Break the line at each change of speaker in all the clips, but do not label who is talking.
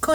こ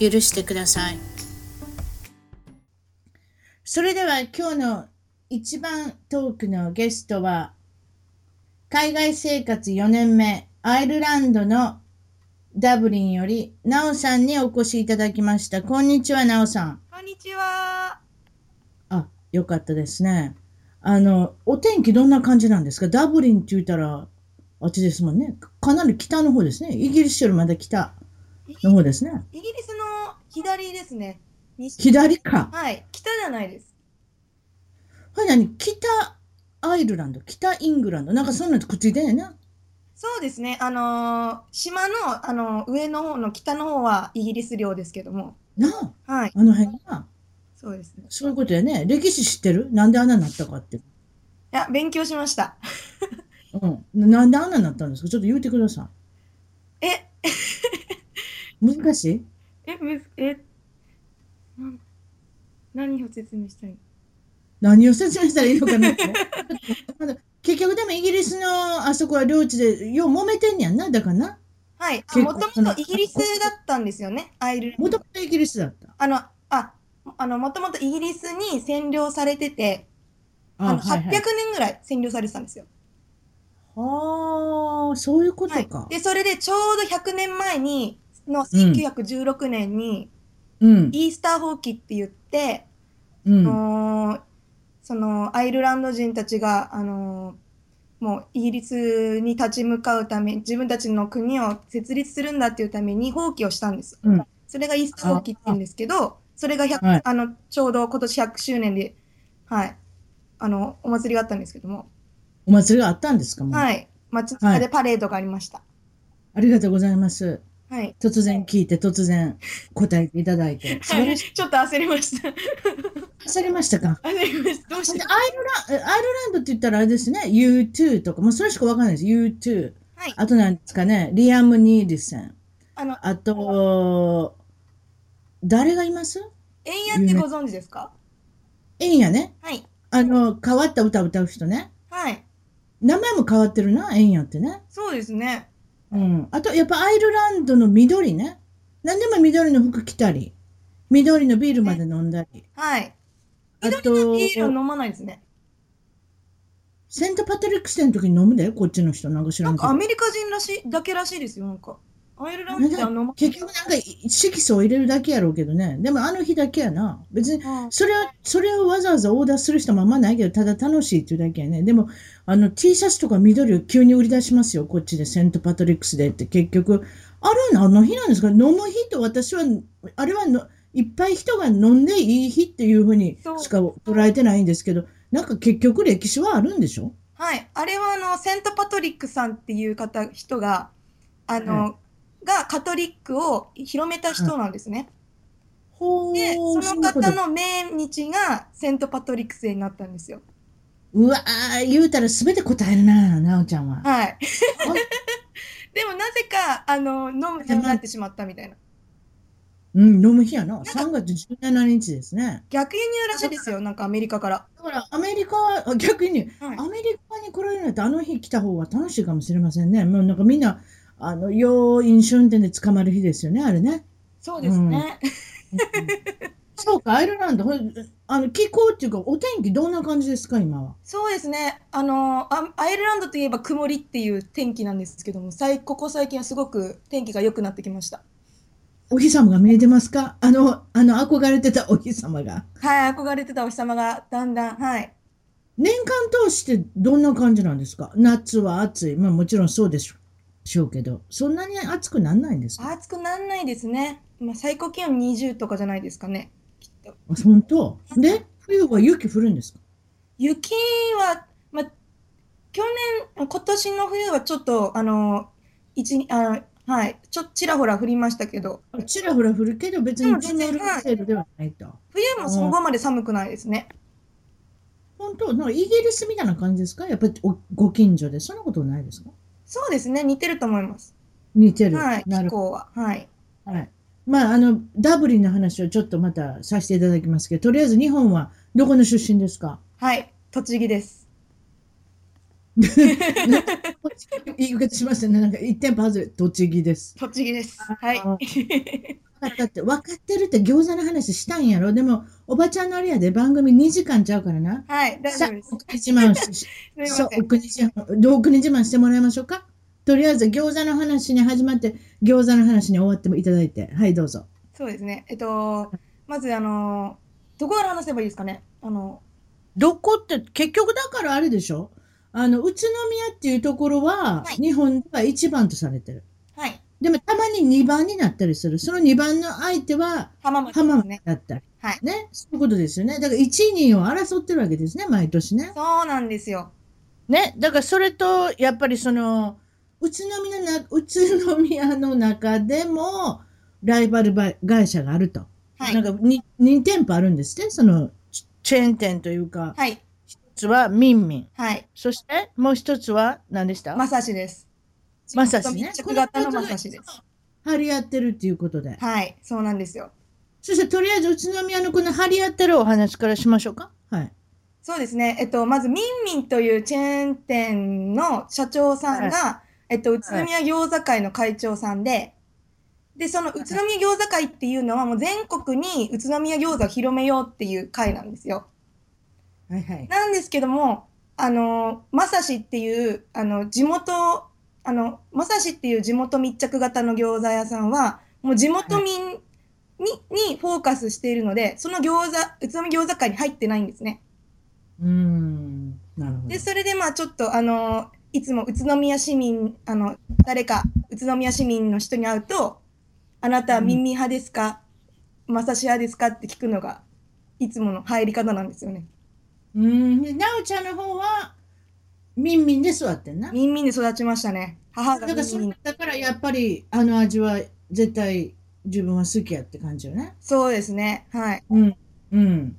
許してくださいそれでは今日の一番トークのゲストは海外生活4年目アイルランドのダブリンよりナオさんにお越しいただきましたこんにちはナオさん
こんにちは。
あよかったですねあのお天気どんな感じなんですかダブリンって言ったらあっちですもんねかなり北の方ですねイギリスよりまだ北
イギ
の方ですね
イギリスの左ですね。西
左か
はい、北じゃないです。
これ何北アイルランド北イングランドなんかそんなのくっついてないな
そうですね。あのー島のあのー上の方の北の方はイギリス領ですけども。
なあ
はい、
あの辺な
そうですね。
そういうことやね歴史知ってるなんであんなになったかって
いや、勉強しました。
うんなんであんなになったんですかちょっと言うてくださ
え、
い難しい
え、むず、え、なん何を説明したいの
何を説明したらいいのかなってまだ結局でもイギリスのあそこは領地でよう揉めてんねやんなだからな
はい、
結構
もともとイギリスだったんですよね、アイルランド
もともとイギリスだった
あの、あ、あの、もともとイギリスに占領されてて、あの、
はいは
800
い
年ぐらい占領されてたんですよ。
はあそういうことか、
はい、でそれでちょうど100年前にの
うん
1916年
うん
に、イースター放棄って言って、
うん
あのーそのアイルランド人たちが、あのーもうイギリスに立ち向かうため自分たちの国を設立するんだっていうために放棄をしたんです、
うん
それがイースター放棄って言うんですけどそれが100、
はい
あのちょうど今年100周年で、はい、あのお祭りがあったんですけども、
お祭りがあったんですかもう
はい、街中でパレードがありました。
ありがとうございます
はい
突然聞いて突然答えていただいて素晴らしい
ちょっと焦りました。
されましたか
焦りました。どうし
でアイルラ
た
ンえアイルランドって言ったらあれですね U2 とかもうそれしかわかんないです U2
はい。
あとなんですかねリアム・ニーディセン
あの、
あと誰がいます
エンヤってご存知ですか
えんやね
はい。
あの変わった歌を歌う人ね
はい。
名前も変わってるなえんやってね
そうですね。
うんあとやっぱアイルランドの緑ね何でも緑の服着たり緑のビールまで飲んだり
はい。
あと
ビールを飲まないですね。
セントパトリックスデーの時に飲むでこっちの人なんか知ら
なんん
けど
かアメリカ人らしい、だけらしいですよ、なんか。アイルランドでは飲まない。
結局なんかい色素を入れるだけやろうけどねでもあの日だけやな別に
はい
それはそれをわざわざオーダーする人もあんまないけどただ楽しいっていうだけやねでもあの T シャツとか緑を急に売り出しますよこっちでセントパトリックスデーって結局あるのあの日なんですか飲む日と私はあれはのいっぱい人が飲んでいい日っていうふうにしか捉えてないんですけどなんか結局歴史はあるんでしょ
はい。あれは、あの、セントパトリックさんっていう方、人が、あの、がカトリックを広めた人なんですね。
ほ
で、そ
そ
の
ういうこと
方の命日がセントパトリック生になったんですよ。
うわー言うたら全て答えるななおちゃんは。
はい。 でもなぜか、あの、飲むようになってしまったみたいな。
うん、飲む日やな。3月17日ですね。
逆輸入らしいですよ、なんかアメリカから。
だからアメリカは、あ逆に、
はい
アメリカに来られるのってあの日来た方が楽しいかもしれませんね。もうなんかみんな、あの、要飲酒運転で捕まる日ですよね、あれ ね。
そうですね。
そうか、アイルランド、ほいあの気候っていうか、お天気どんな感じですか、今は。
そうですね。あのあ、アイルランドといえば曇りっていう天気なんですけども、最ここ最近はすごく天気が良くなってきました。
お日様が見えてますかあの、あの、憧れてたお日様が。
はい、憧れてたお日様がだんだん、はい。
年間通してどんな感じなんですか夏は暑い。まあもちろんそうでしょしょうけど、そんなに暑くなんないんですか
暑くなんないですね。まあ、最高気温20とかじゃないですかね。きっと。
あ本当で冬は雪降るんですか
雪は、まあ、去年、今年の冬はちょっと、あの、一あのはい、ちょっとちらほら降りましたけど、
ちらほら降るけど、別に
でも
トンネル
はい
制度ではないと。
冬もその後まで寒くないですね。
本当のイギリスみたいな感じですかやっぱりおご近所で。そんなことないですか
そうですね、似てると思います。
似てる。
はい、
な
気
るほ
候は。はい。
ど。はい。まあ、あの、ダブリンの話をちょっとまたさせていただきますけど、とりあえず日本はどこの出身です か
はい、栃木です。
言い方しましたね。なんか一店舗外れ、栃木です。
栃木です。はい。
あ分かったって、分かってるって餃子の話したんやろ。でも、おばちゃんのあれやで番組2時間ちゃうからな。
はい、大丈
さ
夫です。
あ、お国自慢し、
すみま
そう
せ、ん
お。国自慢、お国自慢してもらいましょうか。とりあえず餃子の話に始まって、餃子の話に終わってもいただいて、はい、どうぞ。
そうですね。えっと、まず、あの、どこから話せばいいですかね。あの、
どこって、結局だからあれでしょあの、宇都宮っていうところは、
はい
日本では1番とされてる。
はい、
でも、たまに2番になったりする。その2番の相手は、
浜松で
浜
す
松
ね。
だったり。
はい
ね。そういうことですよね。だから、1位、2位を争ってるわけですね、毎年ね。
そうなんですよ。
ね、だからそれと、やっぱりその、宇都宮のな、宇都宮の中でも、ライバルば会社があると。
はい
なんかに、2店舗あるんですね、その、チチェーン店というか、
はい、
一つはミンミン。
はい。
そして、もう一つは何でした
まさしです。
まさしね
密着型のまさしです。
張り合ってるっていうことで。
はい、そうなんですよ。
そして、とりあえず宇都宮のこの張り合ってるお話からしましょうか。はい。
そうですね。えっと、まず、みんみんというチェーン店の社長さんが、えっと、宇都宮餃子会の会長さんで、で、その宇都宮餃子会っていうのは、もう全国に宇都宮餃子を広めようっていう会なんですよ。
はいはい。
なんですけども、あの、まさしっていう、あの、地元、あの、まさしっていう地元密着型の餃子屋さんは、もう地元民に、にフォーカスしているので、その餃子、宇都宮餃子会に入ってないんですね。
うーん。なるほど
で、。それでまあちょっとあの、いつも宇都宮市民、あの、誰か宇都宮市民の人に会うと、あなたはミンミン派ですか、まさし派ですかって聞くのが、いつもの入り方なんですよね。
うん。で、なおちゃんの方は、ミンミンで座ってんな。
ミンミンで育ちましたね。母
だか
がミ
ら
ン
そ
ミン
れ。だからやっぱりあの味は絶対自分は好きやって感じよね。
そうですね。はい。
うん。うん。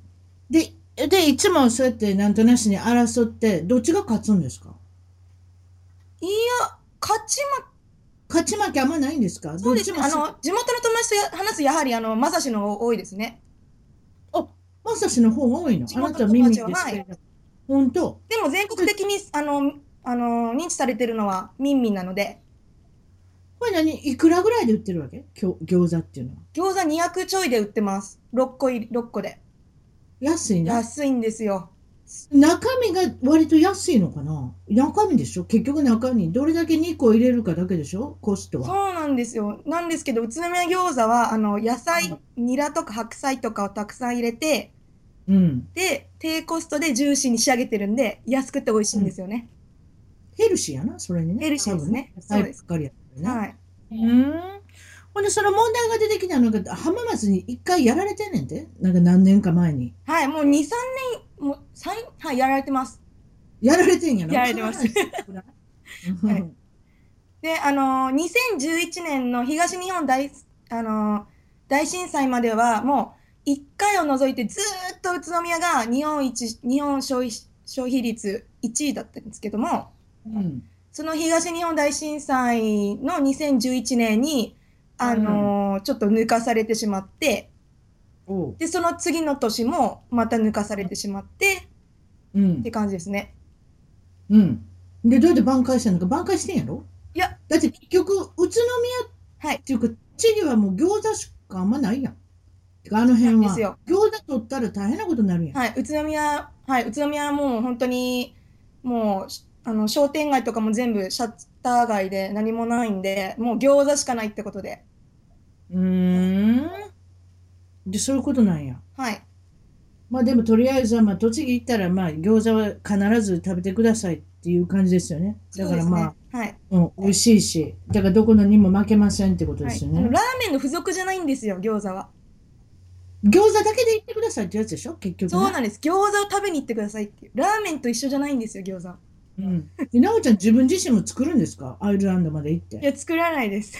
で、で、いつもそうやってなんとなしに争って、どっちが勝つんですか
いや、勝ち負
勝ち負けあんまないんですか
け、そうです
ど
ね。
っ
あ
ちも
の、地元の友達とや話す、やはり、あの、まさしの方が多いですね。
まさしの方が多いの。
地
あ
元
なた
の
耳です
友達は
けど。本当
でも全国的に、あの、あの、認知されてるのはミンミンなので、
これ何いくらぐらいで売ってるわけ餃餃子っていうのは。
餃子200ちょいで売ってます。6個入り、6個で。
安いね。
安いんですよ。
中身が割と安いのかな中身でしょ結局中身。どれだけ2個入れるかだけでしょコストは。
そうなんですよ。なんですけど、宇都宮餃子は、あの、野
う
菜、ニラとか白菜とかをたくさん入れて、
うん。
で、低コストでジューシーに仕上げてるんで、安くて美味しいんですよね。
ヘルシーやな、それにね。
ヘルシーですね
多分
そうです
野菜ばっかりやったらね。
はい。
うん。ほんで、その問題が出てきたのが、浜松に一回やられてんねんて。なんか何年か前に。
はい、もう2、3年、もう三はい、やられてます。
やられてんやろ
やられてます
うん
はいで、あのー、2011年の東日本大、あのー大震災までは、もう、1回を除いてずーっと宇都宮が日本一、日本消費消費率1位だったんですけども、
うん。
その東日本大震災の2011年に、あのーちょっと抜かされてしまって、
おう。
で、その次の年もまた抜かされてしまって、
う
っ
ん
て。感じですね。
うん。で、どうやって挽回したのか、挽回してんやろ
いや。
だって結局、宇都
は
宮
い
っていうか、栃木はもう餃子しかあんまないやん。てか、あの辺
なん
は。
ですよ
餃子取ったら大変なことになるやん。
はい、宇都宮、はい、宇都宮はもう本当に、もう、しあの、商店街とかも全部シャッター街で何もないんで、もう餃子しかないってことで。
うーん。で、そういうことなんや。
はい。
まあでもとりあえずはまあ栃木行ったらまあ餃子は必ず食べてくださいっていう感じですよね。だからまあ、
そうですね。
うん、美味しいし、だからどこのにも負けませんってこと
はい。
ですよ
はいあの
ね。
ラーメンの付属じゃないんですよ、餃子は。
餃子だけで行ってくださいってやつでしょ結局ね、
そうなんです。餃子を食べに行ってくださいっていう。ラーメンと一緒じゃないんですよ、餃子。
うん。でなおちゃん自分自身も作るんですかアイルランドまで行っ
い
て。
や、作らないです。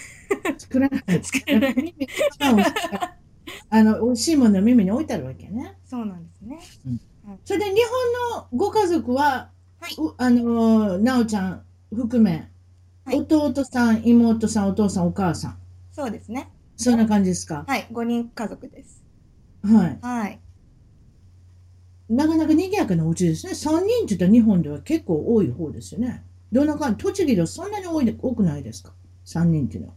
作らない。
作らない
耳にあの、美味しいものを耳に置いてあるわけね。
そうなんですね。
それで日本のご家族は、
はいう
あのー、なおちゃん含め、
はい
弟さん、妹さん、お父さん、お母さん。
そうですね。
そんな感じですか、
はい、5人家族です。
はい。
はい。
なかなか賑やかなお家ですね。3人って言ったら日本では結構多い方ですよね。どんな感じ栃木ではそんなに多い多くないですか ?3 人っていうのは。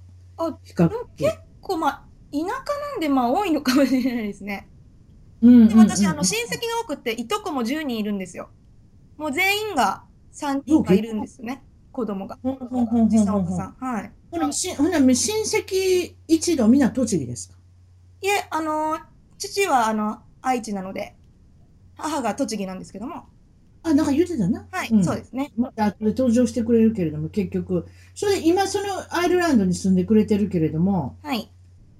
あ、
比較
うん
的。
こう、まあ、田舎なんで、まあ、多いのかもしれないですね。
うんうんうんう
で
ん
私、あの、親戚が多くって、いとこも10人いるんですよ。もう全員が3人がいるんですよね。子供が。
ほんほんほんほ
じ
ん
さ
ほ
ん、お
ん
ばさん。はい。
ほなしほな親戚一同みんな栃木ですか
いえ、あの、父は、あの、愛知なので、母が栃木なんですけども。
あ、なんか言ってたな。
はい、
うん
そうですね。
また後で登場してくれるけれども、結局。それで今、そのアイルランドに住んでくれてるけれども、
はい。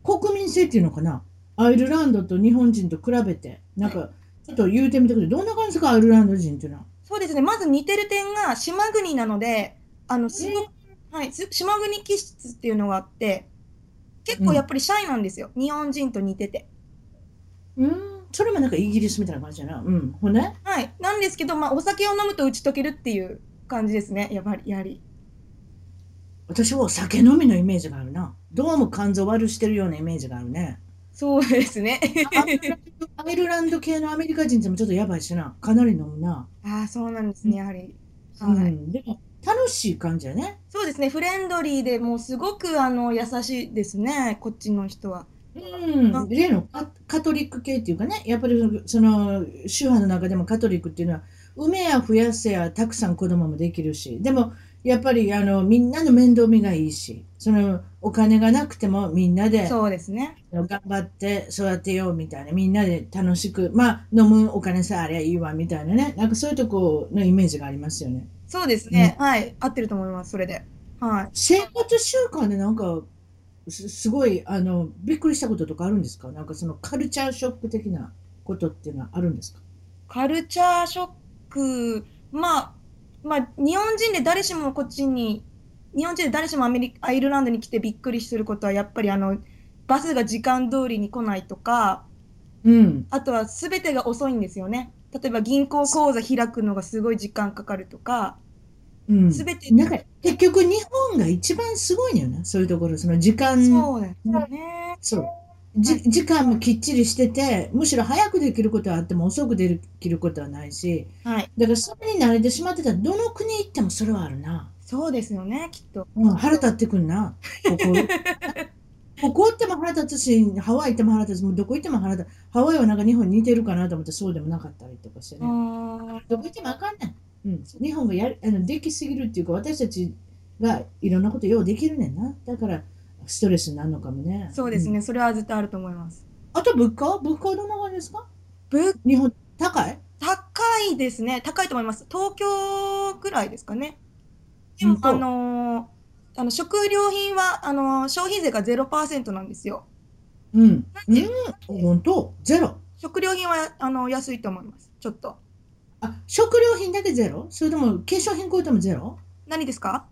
国民性っていうのかなアイルランドと日本人と比べて、なんか、ちょっと言うてみてくれ。どんな感じですかアイルランド人っていうのは。
そうですね。まず似てる点が、島国なので、あの、すごく、はい、す島国気質っていうのがあって、結構やっぱりシャイなんですよ。日本人と似てて。
うん。それもなんかイギリスみたいな感じだな。うん。ほね。
はい。なんですけど、まあ、お酒を飲むと打ち解けるっていう感じですね。やっぱり、やはり。
私はお酒飲みのイメージがあるな。どうも肝臓悪してるようなイメージがあるね。
そうで すね。
アイルランド系のアメリカ人ってもちょっとやばいしな。かなり飲むな。
ああ、そうなんですね、やはり。
う
はい。
ん。でも、楽しい感じやね。
そうですね。フレンドリーでもうすごく、あの、優しいですね。こっちの人は。
うん、例のカカトリック系っていうかね、やっぱりその宗派の中でもカトリックっていうのは、産めや増やせやたくさん子供もできるし、でもやっぱりあのみんなの面倒見がいいし、そのお金がなくてもみんなで
そうですね。
頑張って育てようみたいな、みんなで楽しく、まあ飲むお金さえありゃいいわみたいなね、なんかそういうとこのイメージがありますよね。
そうですね。はい。合ってると思います、それで。はい。
生活習慣でなんかすすごいあのびっくりしたこととかあるんですかなんかそのカルチャーショック的なことっていうのはあるんですか
カルチャーショック、まあ、まあ、日本人で誰しもこっちに、日本人で誰しもアメリカ、アイルランドに来てびっくりすることは、やっぱりあの、バスが時間通りに来ないとか、
うん
あとは全てが遅いんですよね。例えば銀行口座開くのがすごい時間かかるとか、
うん
すべて、
なんか結局日本が一番すごいのよなそういうところその時間
そうですよね。
そうじ時間もきっちりしててむしろ早くできることはあっても遅くできることはないし
はい。
だからそれに慣れてしまってたらどの国行ってもそれはあるな、
そうですよね、きっと。
うん、腹立ってくんなここ ここ行っても腹立つし、ハワイ行っても腹立つ、もうどこ行っても腹立つ。ハワイはなんか日本に似てるかなと思ってそうでもなかったりとかしてね。
あー
どこ行ってもあかんねん。うん、日本がやるあのできすぎるっていうか、私たちがいろんなことようできるねんな。だからストレスになるのかもね。
そうです
ん。
ね、それは絶対あると思います。
あと物価は物価はどんな感じですか
物
日本高い
高いですね。高いと思います。東京ぐらいですかね。でも
う、ん
あのーあの食料品は、あのー消費税が0%なんですよ。
うん。
んて
うん。本当ゼロ。
食料品は、あの、安いと思います。ちょっと。
あ、食料品だけゼロそれとも化粧品超えてもゼロ
何ですか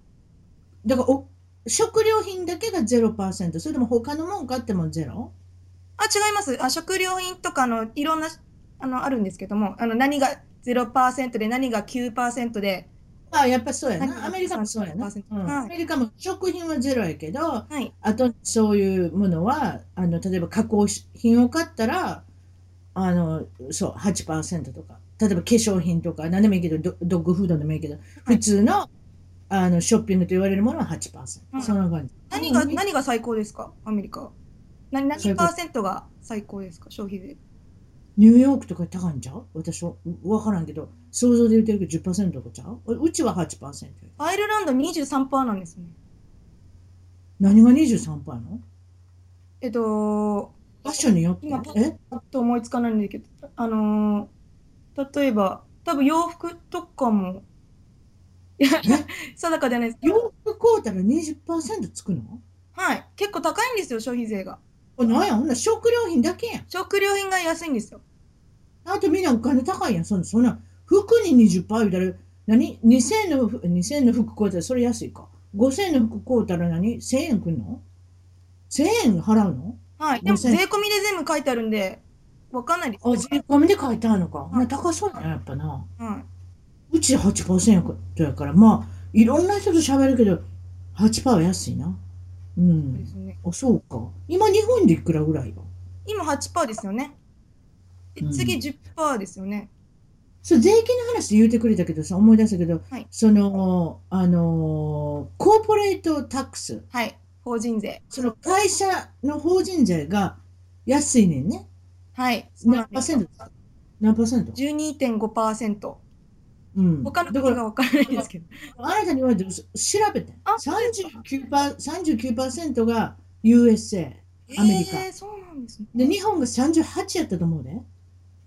だからお食料品だけが0%、それとも他のもん買ってもゼロ
あ、違います。あ、食料品とか、あの、いろんな、あの、あるんですけども、あの、何が0%で、何が9%で、
まあやっぱそうや
はい
な。アメリカもそうやな。
30%
うん
はい
アメリカも食品はゼロやけど、
はい。
あとそういうものは、あの例えば加工品を買ったら、あのそう8%とか、例えば化粧品とか、何でもいいけど、ドドッグフードでもいいけど、普通のあのショッピングと言われるものは8%。
うん
そんな感じ。
何が、
うん
何が最高ですかアメリカは。何、
最
何
高
パーセントが最高ですか消費税。
ニューヨークとか高いんちゃう私は分からんけど、想像で言ってるけど10%とかちゃうううちは8%よ。
アイルランド23%なんですね。
何が23%なの
えっと、
場所によって
今パ。ッ
え
ちょっと思いつかないんだけど、あのー例えば、多分洋服と かも、いや、定かじゃないです。
洋服買うたら20%つくの
はい。結構高いんですよ、消費税が。
これなんや、ほんなら食料品だけやん。
食料品が安いんですよ。
あとみんなお金高いやん。そんな、そんな服に20%言うたら、何 ?2000 円の服、2000円の服買うたらそれ安いか。5000円の服買うたら何 ?1000 円くんの ?1000 円払うの
はい。でも税
5000
込みで全部書いてあるんで、わかんないです
あ、
ね。
税込みで書いてあるのか。まあ、高そうだな、やっぱな。
うん。
うち8%やから、まあ、いろんな人と喋るけど、8%は安いな。う
そうで
ん。
すね。
あ、そうか。今、日本でいくらぐらいよ。
今8%ですよね。で
うん
次10%ですよね。
そう、税金の話で言うてくれたけどさ、思い出したけど、
はい
その、あのーコーポレートタックス、
はい。法人税。
その会社の法人税が安いねんね。
はい。そうな
何
ん
パ
で
ー
す
セ
よ
ント何パーセント
12.5%。
うん。
他の
だ
国
か
がわからないですけど。
ら、あなたに言われても調べて
あ。
39%, パー39が USA。アメリカ
えー、そうなんですね。
で、日本が38やったと思うね。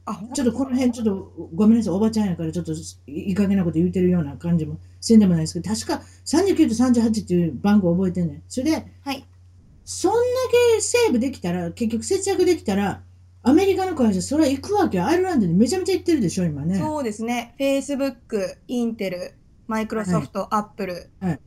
あ、ほん
ちょっとこの辺、ちょっとごめんなさい、おばちゃんやから、ちょっといい加減なこと言うてるような感じもせんでもないですけど、確か39と38っていう番号覚えてんねん。それで、
はい。
そんだけセーブできたら、結局節約できたら、アメリカの会社、それは行くわけよアイルランドにめちゃめちゃ行ってるでしょ、今ね。
そうですね。Facebook、インテル、マイクロソフト、アップル。
はい、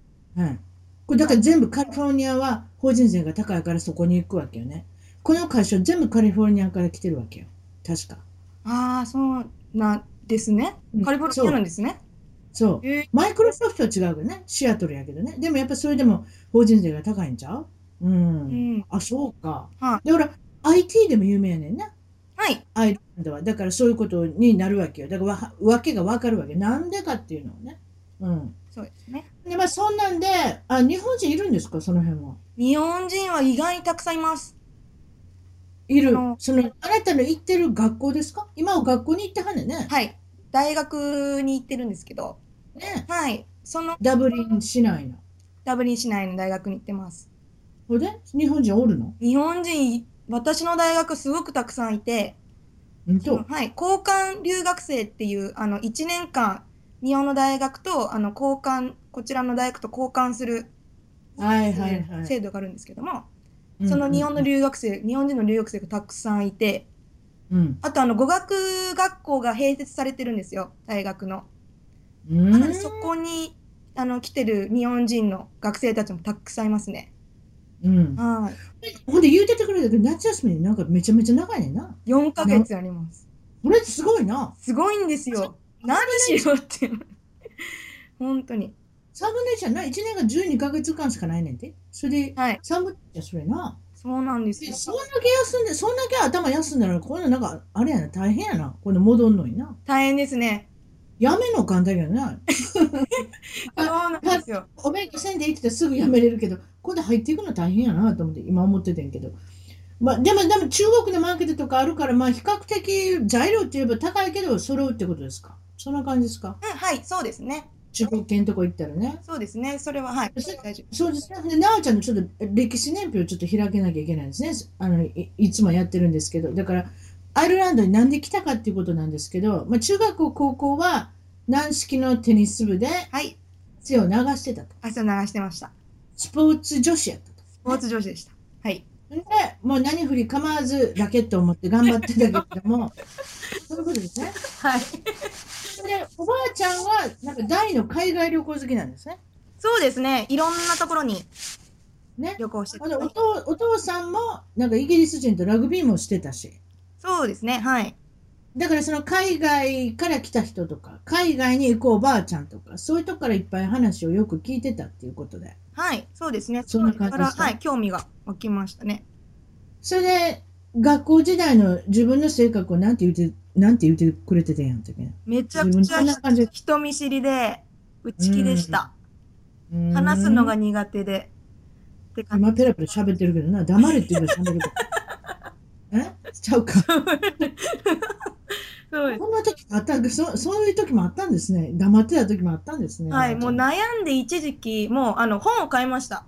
これだから全部カリフォルニアは法人税が高いからそこに行くわけよね。この会社全部カリフォルニアから来てるわけよ。確か。
ああ、そうなんですね
うん。
カリフォルニアなんですね。
そう。
えー
マイクロソフトは違うよね。シアトルやけどね。でもやっぱそれでも法人税が高いんちゃうう。
うんん。
あ、そうか。
は
だから IT でも有名やねんな。
はい。
アイルランドは。だからそういうことになるわけよ。だからわわけがわかるわけ。なんでかっていうのをね。うん。
そうですね。
で、まあそんなんで、あ、日本人いるんですかその辺は。
日本人は意外にたくさんいます。
いる
うん。
その、あなたの行ってる学校ですか今は学校に行ってはんねんね。
はい。大学に行ってるんですけど、
ね。
はい。その
ダブリン市内の。
ダブリン市内の大学に行ってます。
ほんで日本人おるの
日本人、私の大学すごくたくさんいて、
うんと。
はい、交換留学生っていうあの1年間日本の大学とあの交換こちらの大学と交換する
はいはいはい
制度があるんですけども、
うん
その日本の留学生、日本人の留学生がたくさんいて
うん。
あとあの語学学校が併設されてるんですよ大学の。
うん
なのでそこにあの来てる日本人の学生たちもたくさんいますね。
うん。
はい
ほんで言うててくれたけど、夏休みなんかめちゃめちゃ長いねんな。
4ヶ月あります。
これすごいな。
すごいんですよ。何しろって。 本当に。
3分の1やな。1年が12ヶ月間しかないねんて。それで、
はい。
3分の1やそれな。
そうなんです
で
よ。
そんだけ休んで、そんだけ頭休んだら、こんななんか、あれやな、大変やな。こんな戻んのにな。
大変ですね。
やめんの簡単やな。
そうなんですよ。
お勉強せんでいいって言ったらすぐやめれるけど、今度入っていくの大変やなと思って、今思っててんけど。まあ、でも、でも中国のマーケットとかあるから、まあ、比較的材料って言えば高いけど、揃うってことですか。そんな感じですか。
うん、はい、そうですね。
中国系のとこ行ったらね。
そうですね。それは、はい。
そ
大丈
そうですね。で、なおちゃんのちょっと歴史年表をちょっと開けなきゃいけないんですね。あのいいつもやってるんですけど、だからアイルランドになんで来たかっていうことなんですけど、まあ、中学校、高校は軟式のテニス部で
夫。はい。
背を流してたと。
汗を流してました。
スポーツ女子やったと。
スポーツ上司でした。はい。
で、もう何振り構わずラケットを持って頑張ってたけれども、そういうことですね。
はい。
で、おばあちゃんはなんか大の海外旅行好きなんですね。
そうですね。いろんなところに
ね。
旅行して
あのお
た。
父お父さんもなんかイギリス人とラグビーもしてたし。
そうですね。はい。
だからその海外から来た人とか、海外に行くおばあちゃんとか、そういうとこからいっぱい話をよく聞いてたっていうことで。
はい。そうですね。
そんな感じ
か
で
ら、
すか
はい。興味が湧きましたね。
それで、学校時代の自分の性格をなんて言うて、なんて言うてくれてたんやんとき
めちゃ
自
く
分
ち
そんな
ゃ
感じ。
人見知りで、内気でした。話すのが
う
苦手で。って
ーん。
感じ。
今ペラペラ喋ってるけどな、黙れって言うから喋るから。 えちゃうか。
そうです。
こんな時もあったんかそ、そういう時もあったんですね。黙ってた時もあったんですね。
はい。もう悩んで一時期、もうあの本を買いました。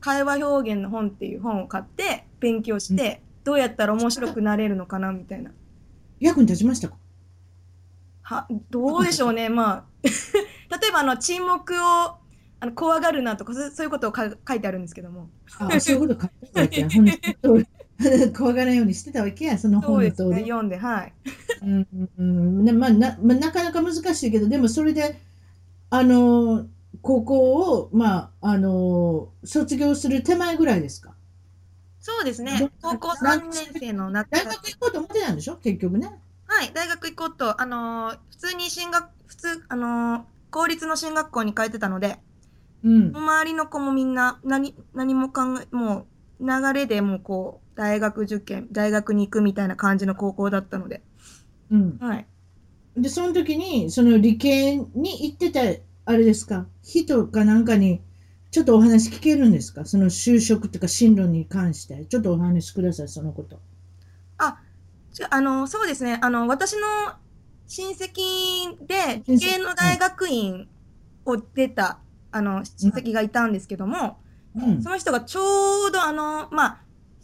会話表現の本っていう本を買って、勉強して、どうやったら面白くなれるのかな、みたいな。
役に立ちましたか
はどうでしょうね、 まあ、例えばあの沈黙をあの怖がるなとかそうそういうことをか書いてあるんですけども
あそういうこと書いてあるわけや。ほんの通り 怖がらないようにしてたわけや、その
そう
本の
です
通
ね
り。
読んではい
うんうんうんねまあなまあ、なかなか難しいけど、でもそれであの、高校を、まあ、あの、卒業する手前ぐらいですか
そうですね。高校3年生の夏。
大学行こうと思ってたんでしょ結局ね。
はい、大学行こうと、あのー普通に進学、普通、あのー公立の進学校に通ってたので、
うん。
周りの子もみんな、何、何も考え、もう、流れでもうこう、大学受験、大学に行くみたいな感じの高校だったので、
うん。
はい。
で、その時に、その理系に行ってた、あれですか、人かなんかに、ちょっとお話聞けるんですかその就職とか進路に関して。ちょっとお話しください、そのこと。
ちあのーそうですね、あの私の親戚で、理系の大学院を出た、あの、親戚がいたんですけども、
うん
そ。の人がちょうどあの、まあ、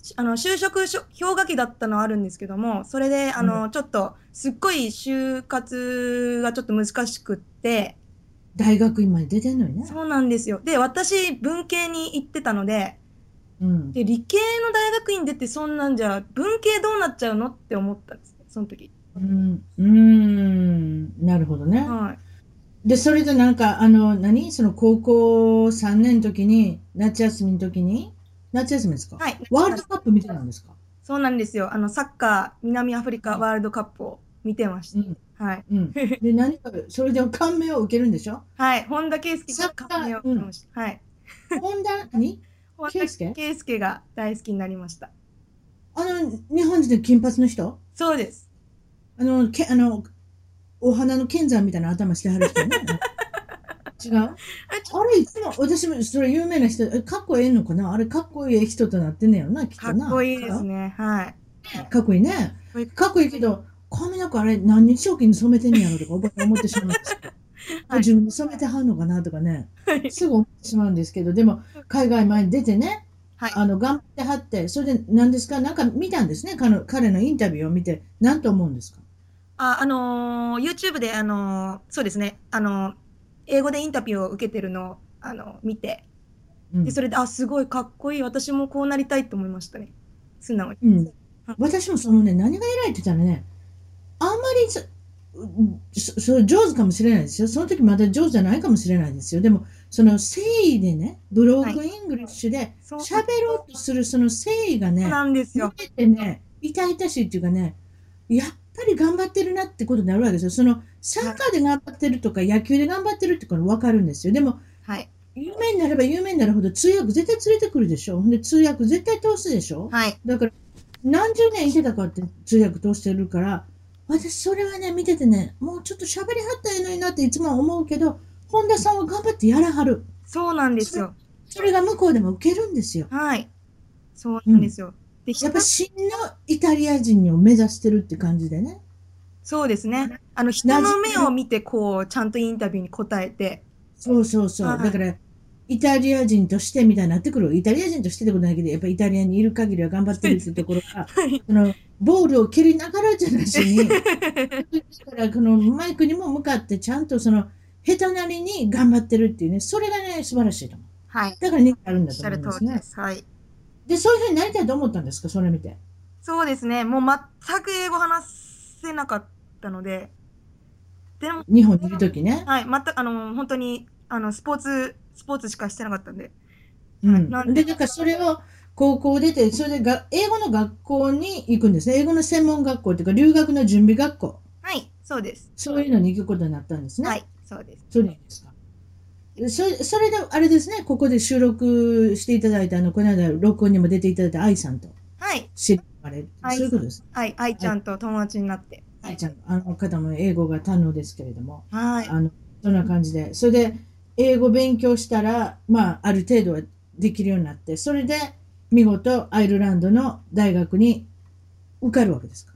しあの就職しょ氷河期だったのはあるんですけども、それであの、ちょっとすっごい就活がちょっと難しくって、
大学院まで出てんのにね。
そうなんですよ。で、私文系に行ってたので、
うん。
で理系の大学院出てそんなんじゃ文系どうなっちゃうのって思ったんですね、その時。
うん。うん。なるほどね。
はい。
で、それでなんか、あの、何その高校3年の時に、夏休みの時に、夏休みですか、
はい、
ワールドカップ見てたんですか
そうなんですよ。あのサッカー南アフリカワールドカップを見てました。
うん
はい。
うん。で、何か、それで感銘を受けるんでしょ
はい。本田圭佑
サッカー
を見ました。はい。
本田、何
本田
圭介
圭介が大好きになりました。
あの、日本人で金髪の人
そうです。
あの、けあの、お花の剣山みたいな頭してはる人ね。 違うあれ、いつも、私も、それ有名な人、えかっこええのかなあれ、かっこええ人となってんねやろな、きっ
か
と
っ
な。
こいいですね。はい。
かっこいいね。かっこいいけど、髪の毛あれ何日おきに染めてんねやろとか思思ってしまうんですけど
はい
自分で染めてはんのかなとかね、
はい
すぐ思ってしまうんですけど、でも海外前に出てね、
はい
あの頑張ってはって、それで何ですか、なんか見たんですね、彼の彼のインタビューを見て、何と思うんですか。
あ、あのー YouTube で、あのーそうですね、あのー英語でインタビューを受けてるのを、あのー見て、
うん
で、それで、あ、すごいかっこいい。私もこうなりたいと思いましたね。素直に。
うん、私もそのね、何が偉いって言ったらね、あんまりそうんそそう上手かもしれないですよ。その時まだ上手じゃないかもしれないですよ。でも、その誠意でね、ブロークイングリッシュで、
そうそ
喋ろうとするその誠意が
う
ね、
なんです
見
よ。
ててね、痛々しいっていうかね、やっぱり頑張ってるなってことになるわけですよ。そのサッカーで頑張ってるとか、野球で頑張ってるってこと分かるんですよ。でも、
はい。
有名になれば有名になるほど通訳絶対連れてくるでしょ。ほんで通訳絶対通すでしょ。
はい。
だから、何十年いてたかって通訳通してるから、私それはね、見ててね、もうちょっと喋りはったらええのになっていつも思うけど、本田さんは頑張ってやらはる。
そうなんですよ。
それが向こうでも受けるんですよ。
はい。そうなんですよ。で、
やっぱ真のイタリア人を目指してるって感じでね。
そうですね。あの、人の目を見て、こう、ちゃんとインタビューに答えて、
そうそうそう。
はい
だから、イタリア人としてみたいになってくる。イタリア人としてってことないけど、やっぱイタリアにいる限りは頑張ってるっていうところが、
はい。
そのボールを蹴りながらじゃなし に、だからこのマイクにも向かってちゃんとその、下手なりに頑張ってるっていうね、それがね、素晴らしいと思う。
はい。
だから人気あるん
おっ
だと
しゃ
思い
る通
ます
りで
ね。
す。はい。
で、そういうふうになりたいと思ったんですか、それ見て。
そうですね。もう全く英語話せなかったので、でも、
日本にいるときね。
はい、全く、あの、本当に、あの、スポーツ、スポーツしかしてなかったんで、
うん
なん
で、
で
だからそれを高校出て、それでが英語の学校に行くんですね。英語の専門学校というか、留学の準備学校、
はい、そうです。
そういうのに行くことになったんですね。
はい、そうです。
そうなんですか。それそれで、あれですね、ここで収録していただいた、あの、この間、録音にも出ていただいた愛さんと
はい、
知り合われる。
愛
そういうことです。
はい、愛ちゃんと友達になって。
愛ちゃん、あの方も英語が堪能ですけれども、
はい、
あの、そんな感じで。それで、英語勉強したら、まあ、ある程度はできるようになって、それで、見事、アイルランドの大学に受かるわけですか。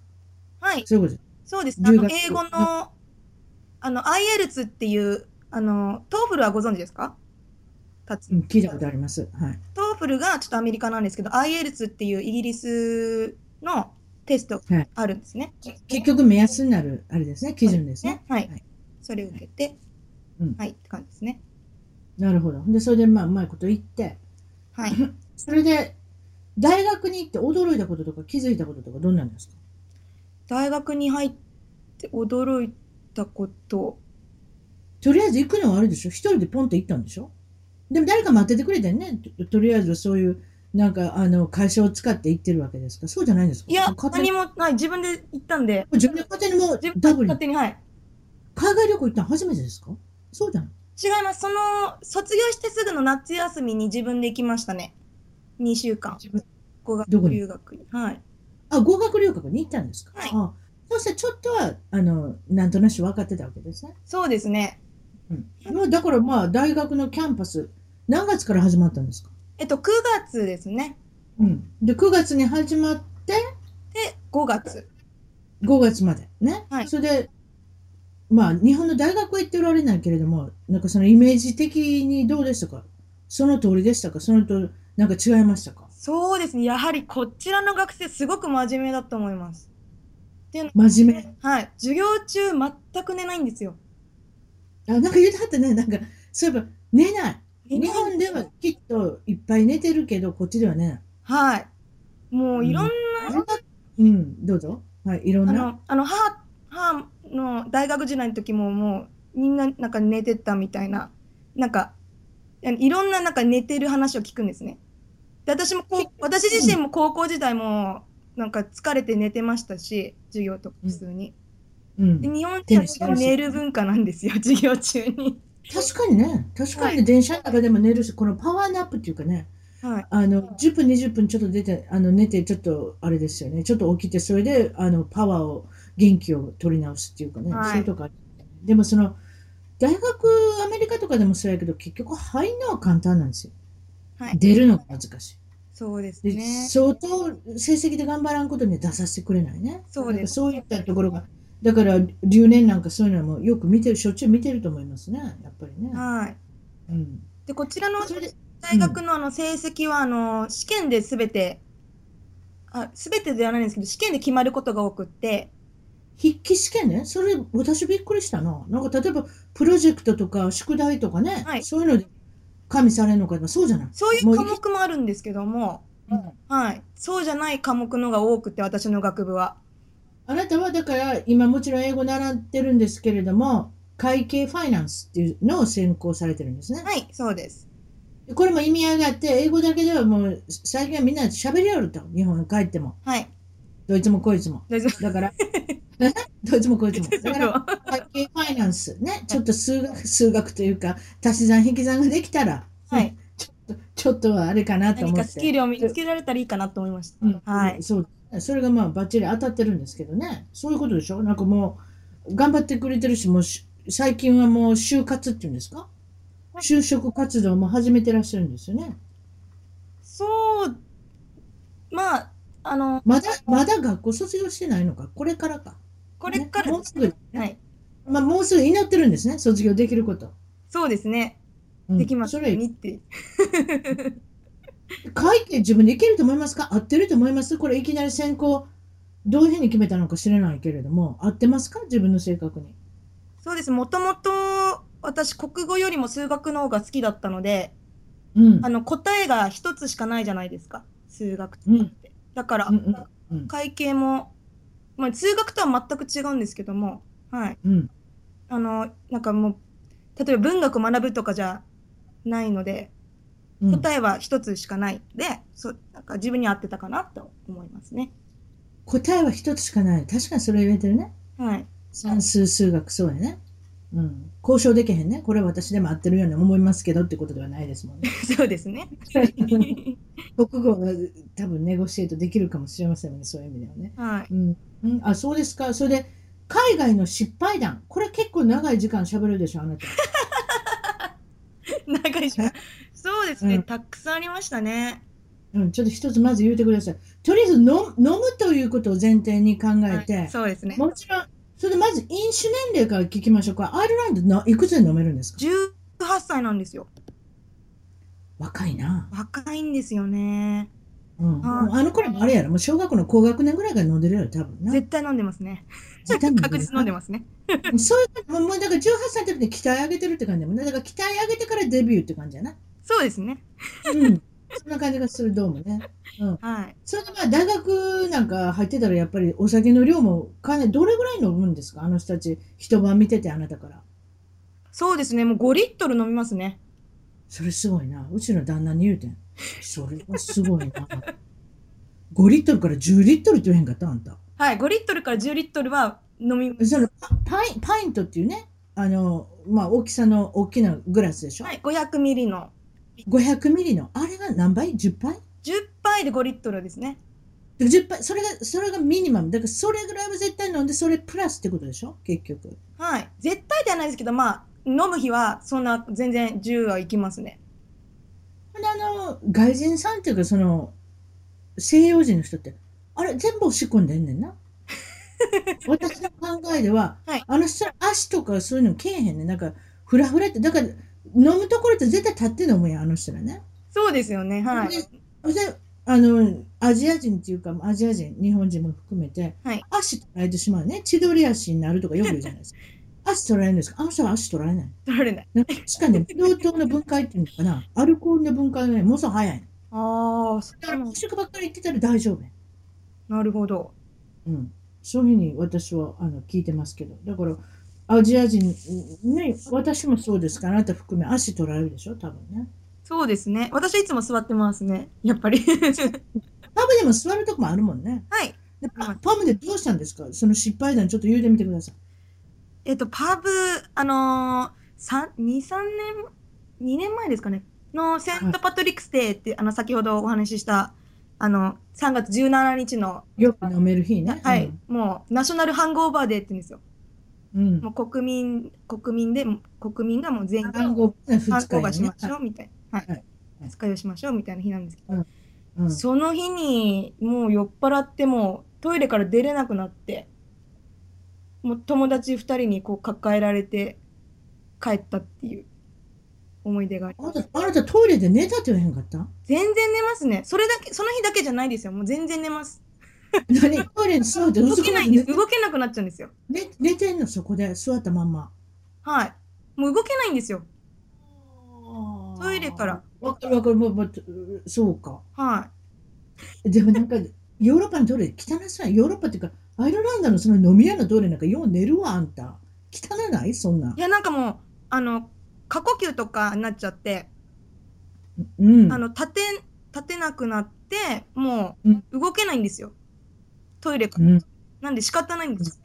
はい、
そういうことです。
そうです。あの、
留学
英語の、あの、IELTS っていう、あの、トーフルはご存知ですかたつ
うん聞いたことあります。はい。
トーフルがちょっとアメリカなんですけど、IELTS っていうイギリスのテストがあるんですね。
結局、目安になる、あれですね、基準ですね。
はい
はい。
それを受けて
うん、
はい、って感じですね。
なるほど。で、それで、まあ、うまいこと言って、
はい。
それで、大学に行って驚いたこととか気づいたこととかどんなんですか
大学に入って驚いたこと。
とりあえず行くのはあれでしょ一人でポンと行ったんでしょでも誰か待っててくれてんねととりあえずそういうなんかあの会社を使って行ってるわけですかそうじゃないんですか
いや、
勝手に
何もない。自分で行ったんで、
自分で勝手にもう
自分
ダブル
勝手に、はい。
海外旅行行ったの初めてですかそうじゃない
違います。その、卒業してすぐの夏休みに自分で行きましたね。2週間。
自分
語
どこ
学
に
留学に。はい。
あ語学留学に行ったんですか、
はい
あそしてちょっとはあのなんとなし分かってたわけですね、
そうですね。
うん、もうだからまあ大学のキャンパス何月から始まったんですか、
えっと、9月ですね。
うん、で9月に始まって
で、5月。
5月までね、
はい
それでまあ日本の大学は行っておられないけれどもなんかそのイメージ的にどうでしたかその通りでしたかそのとなんか違いましたか
そうですね。やはりこちらの学生、すごく真面目だと思います。
真面
はい。授業中、全く寝ないんですよ。
目あなんか言うてはったねなんかそういえば寝ない日本ではきっといっぱい寝てるけどこっちではね
はい。もういろんな、
うんどうぞはいいろん
あ
な
の、あの、母、母の大学時代の時ももう、みんななんか寝てたみたいな、なんか、いろんななんか寝てる話を聞くんですね。で、私もこう、私自身も高校時代も、なんか疲れて寝てましたし、授業とか普通に。
うん
で、日本
テ
人
ニス
は寝る文化なんですよ、授業中 に。
確かにね確かに電車の中でも寝るしこのパワーナップっていうかね
はい。
あの10分20分ちょっと出てあの寝てちょっとあれですよねちょっと起きてそれであのパワーを元気を取り直すっていうかね、
はい
そういうとこあるでもその大学アメリカとかでもそうやけど結局入るのは簡単なんですよ、
はい
出るのが難し
そうです
いで、
ね。
相当成績で頑張らんことには出させてくれないね
そうです
なんかそういったところがだから留年なんかそういうのはもうよく見てるしょっちゅう見てると思いますねやっぱりね、
はい。
うん、
で、こちらの
それで
大学のあの成績はあの試験で全て、あ、全てではないんですけど、試験で決まることが多くって、
筆記試験ね、それ私びっくりしたな。なんか例えばプロジェクトとか宿題とかね、
はい
そういうので加味されるのか、そうじゃない。
そういう
もう
科目もあるんですけども、
うん
はい、そうじゃない科目のが多くて、私の学部は。
あなたはだから今もちろん英語習ってるんですけれども、会計ファイナンスっていうのを専攻されてるんですね。
はい、そうです。
これも意味合いがあって、英語だけではもう最近はみんな喋りよると、日本に帰っても。
はい、
どいつもこいつも。
大丈夫。
だ から、どいつもこいつも。だから、
は
会計ファイナンスね、ちょっと数学数学というか、足し算引き算ができたら、
い、
ちょっとはあれかなと
何
思
か
っ
スキ
て。
ルを身につけられたらいいかなと思いました。
うん
はい、
そうそれがまあバッチリ当たってるんですけどね。そういうことでしょなんかもう頑張ってくれてるし、もうし最近はもう就活っていうんですか就職活動も始めてらっしゃるんですよね。
そう、まあ、あの、
まだ、まだ学校卒業してないのかこれからか。
これから、
ねもうすぐ、
はい、
まあもうすぐ祈ってるんですね。卒業できること。
そうですね、
うん
できます
そ
よ
れ
うにって。
書いて自分でいけると思いますか合ってると思いますこれいきなり選考どういうふうに決めたのか知らないけれども合ってますか自分の性格に。
そうです、もともと私、国語よりも数学の方が好きだったので、
うん
あの答えが一つしかないじゃないですか、数学って。
うん
だから、
うんうんうん
会計も、まあ、数学とは全く違うんですけども、はい。
うん
あの、なんかもう、例えば文学を学ぶとかじゃないので、
うん
答えは一つしかないので、そう、なんか自分に合ってたかなと思いますね。
答えは一つしかない確かにそれ言えてるね
はい。
算数数学そうやね、うん、交渉できへんねこれ私でも合ってるように思いますけどってことではないですも んね
そうです ね。
国語は多分ネゴシエートできるかもしれませんねそういう意味ではね、
はい。
うんうん、あそうですかそれで海外の失敗談これ結構長い時間しゃべるでしょあなた
長い時間。そうですね、
うん
たくさんありましたね。
うん、ちょっと一つまず言ってください。とりあえず飲む飲むということを前提に考えて、
はい、そうですね。
もちろん、それでまず飲酒年齢から聞きましょうか。アイルランドのいくつで飲めるんですか
18歳なんですよ。
若いな。
若いんですよね。
うん、
はい
あの頃もあれやろ、もう小学校の高学年ぐらいから飲んでるやろ、多分な。
絶対飲んでますね。
絶対飲んでる
確実飲んでますね。
そういうもうもうだから18歳の時に鍛え上げてるって感じだもんね。だから鍛え上げてからデビューって感じやな。
そうですね。
うん。そんな感じがする、どうもね。うん。
はい。
それでまあ、大学なんか入ってたら、やっぱりお酒の量もかなり、どれぐらい飲むんですかあの人たち、一晩見てて、あなたから。
そうですね、もう5リットル飲みますね。
それすごいな。うちの旦那に言うてん。それはすごいな。5リットルから10リットルって言えへんかったあんた。
はい、5リットルから10リットルは飲みます。
そのパパインパイントっていうね、あの、まあ、大きさの大きなグラスでしょ。
はい、500ミリの。
500ミリの、あれが何倍 ?10 杯
10杯で5リットルですね。
で10杯それが、それがミニマム。だからそれぐらいは絶対飲んで、それプラスってことでしょ結局。
はい。絶対ではないですけど、まあ、飲む日はそんな全然10はいきますね。
ほんであの、外人さんっていうか、その、西洋人の人って、あれ、全部押し込んでんねん な。私の考えでは、
はい
あの人は足とかそういうのけえへんねん。なんか、フラフラって、だから、飲むところって絶対立って飲むやん、あの人らね。
そうですよね、はい。
でであのアジア人っていうかアジア人日本人も含めて、
はい
足取られてしまうね千鳥足になるとかよく言うじゃないです か足取られるんですかあの人は足取られない
取られない。
なんかしかねブドウ糖の分解っていうのかなアルコールの分解がねものすごい早いの
ああ、そ
だか
う
ら
なん
補食ばっかり言ってたら大丈夫や
なるほど。
うんそういうふうに私はあの聞いてますけどだからアジア人ね私もそうですからあなた含め足取られるでしょ多分ね
そうですね。私はいつも座ってますね。やっぱ り。
パブでも座るとこもあるもんね
はい。
でパ
はい
パブでどうしたんですかその失敗談ちょっと言うてみてください
えっと、パブ、あのー、3、2、3年、2年前ですかね、のセントパトリックスデーって、あの、先ほどお話しした、あの、3月17日の、
よく飲める日ね。
はい、もう、ナショナルハングオーバーデーって言うんですよ。
うん。
もう国民、国民で、国民がもう全員、
単語ね、
ハ
二
ングオーバー
日
し
や
まし
ね。
ょう、みたいな。は
はい
い。使いをしましょう、みたいな日なんですけど、
うん
その日に、もう酔っ払って、もう、トイレから出れなくなって、もう友達2人にこう抱えられて帰ったっていう思い出があり
あ
ま
な
す。
た、あなたトイレで寝たって言わへんか った
全然寝ますね。それだけ、その日だけじゃないですよ。もう全然寝ます。
何トイレに座って
動
そ
け
こ
な
ま
いんで。
です
動けなくなっちゃうんですよ。
寝寝てんの、そこで座ったまんま。
はい。もう動けないんですよ。トイレから。
わかるわかる、もうもうそうか。
は。
でもなんか、 ヨーロッパのトイレ汚さい。ヨーロッパっていうか、アイルランドのその飲み屋のトイレなんかよう寝るわ、あんた。汚ないそんない
い。や、なんかもう、あの、過呼吸とかになっちゃって、
うん。
あの、立て、立てなくなって、も
うん
う動けないんですよ。トイレか
う
ら。
ん。
なんで仕方ないんです。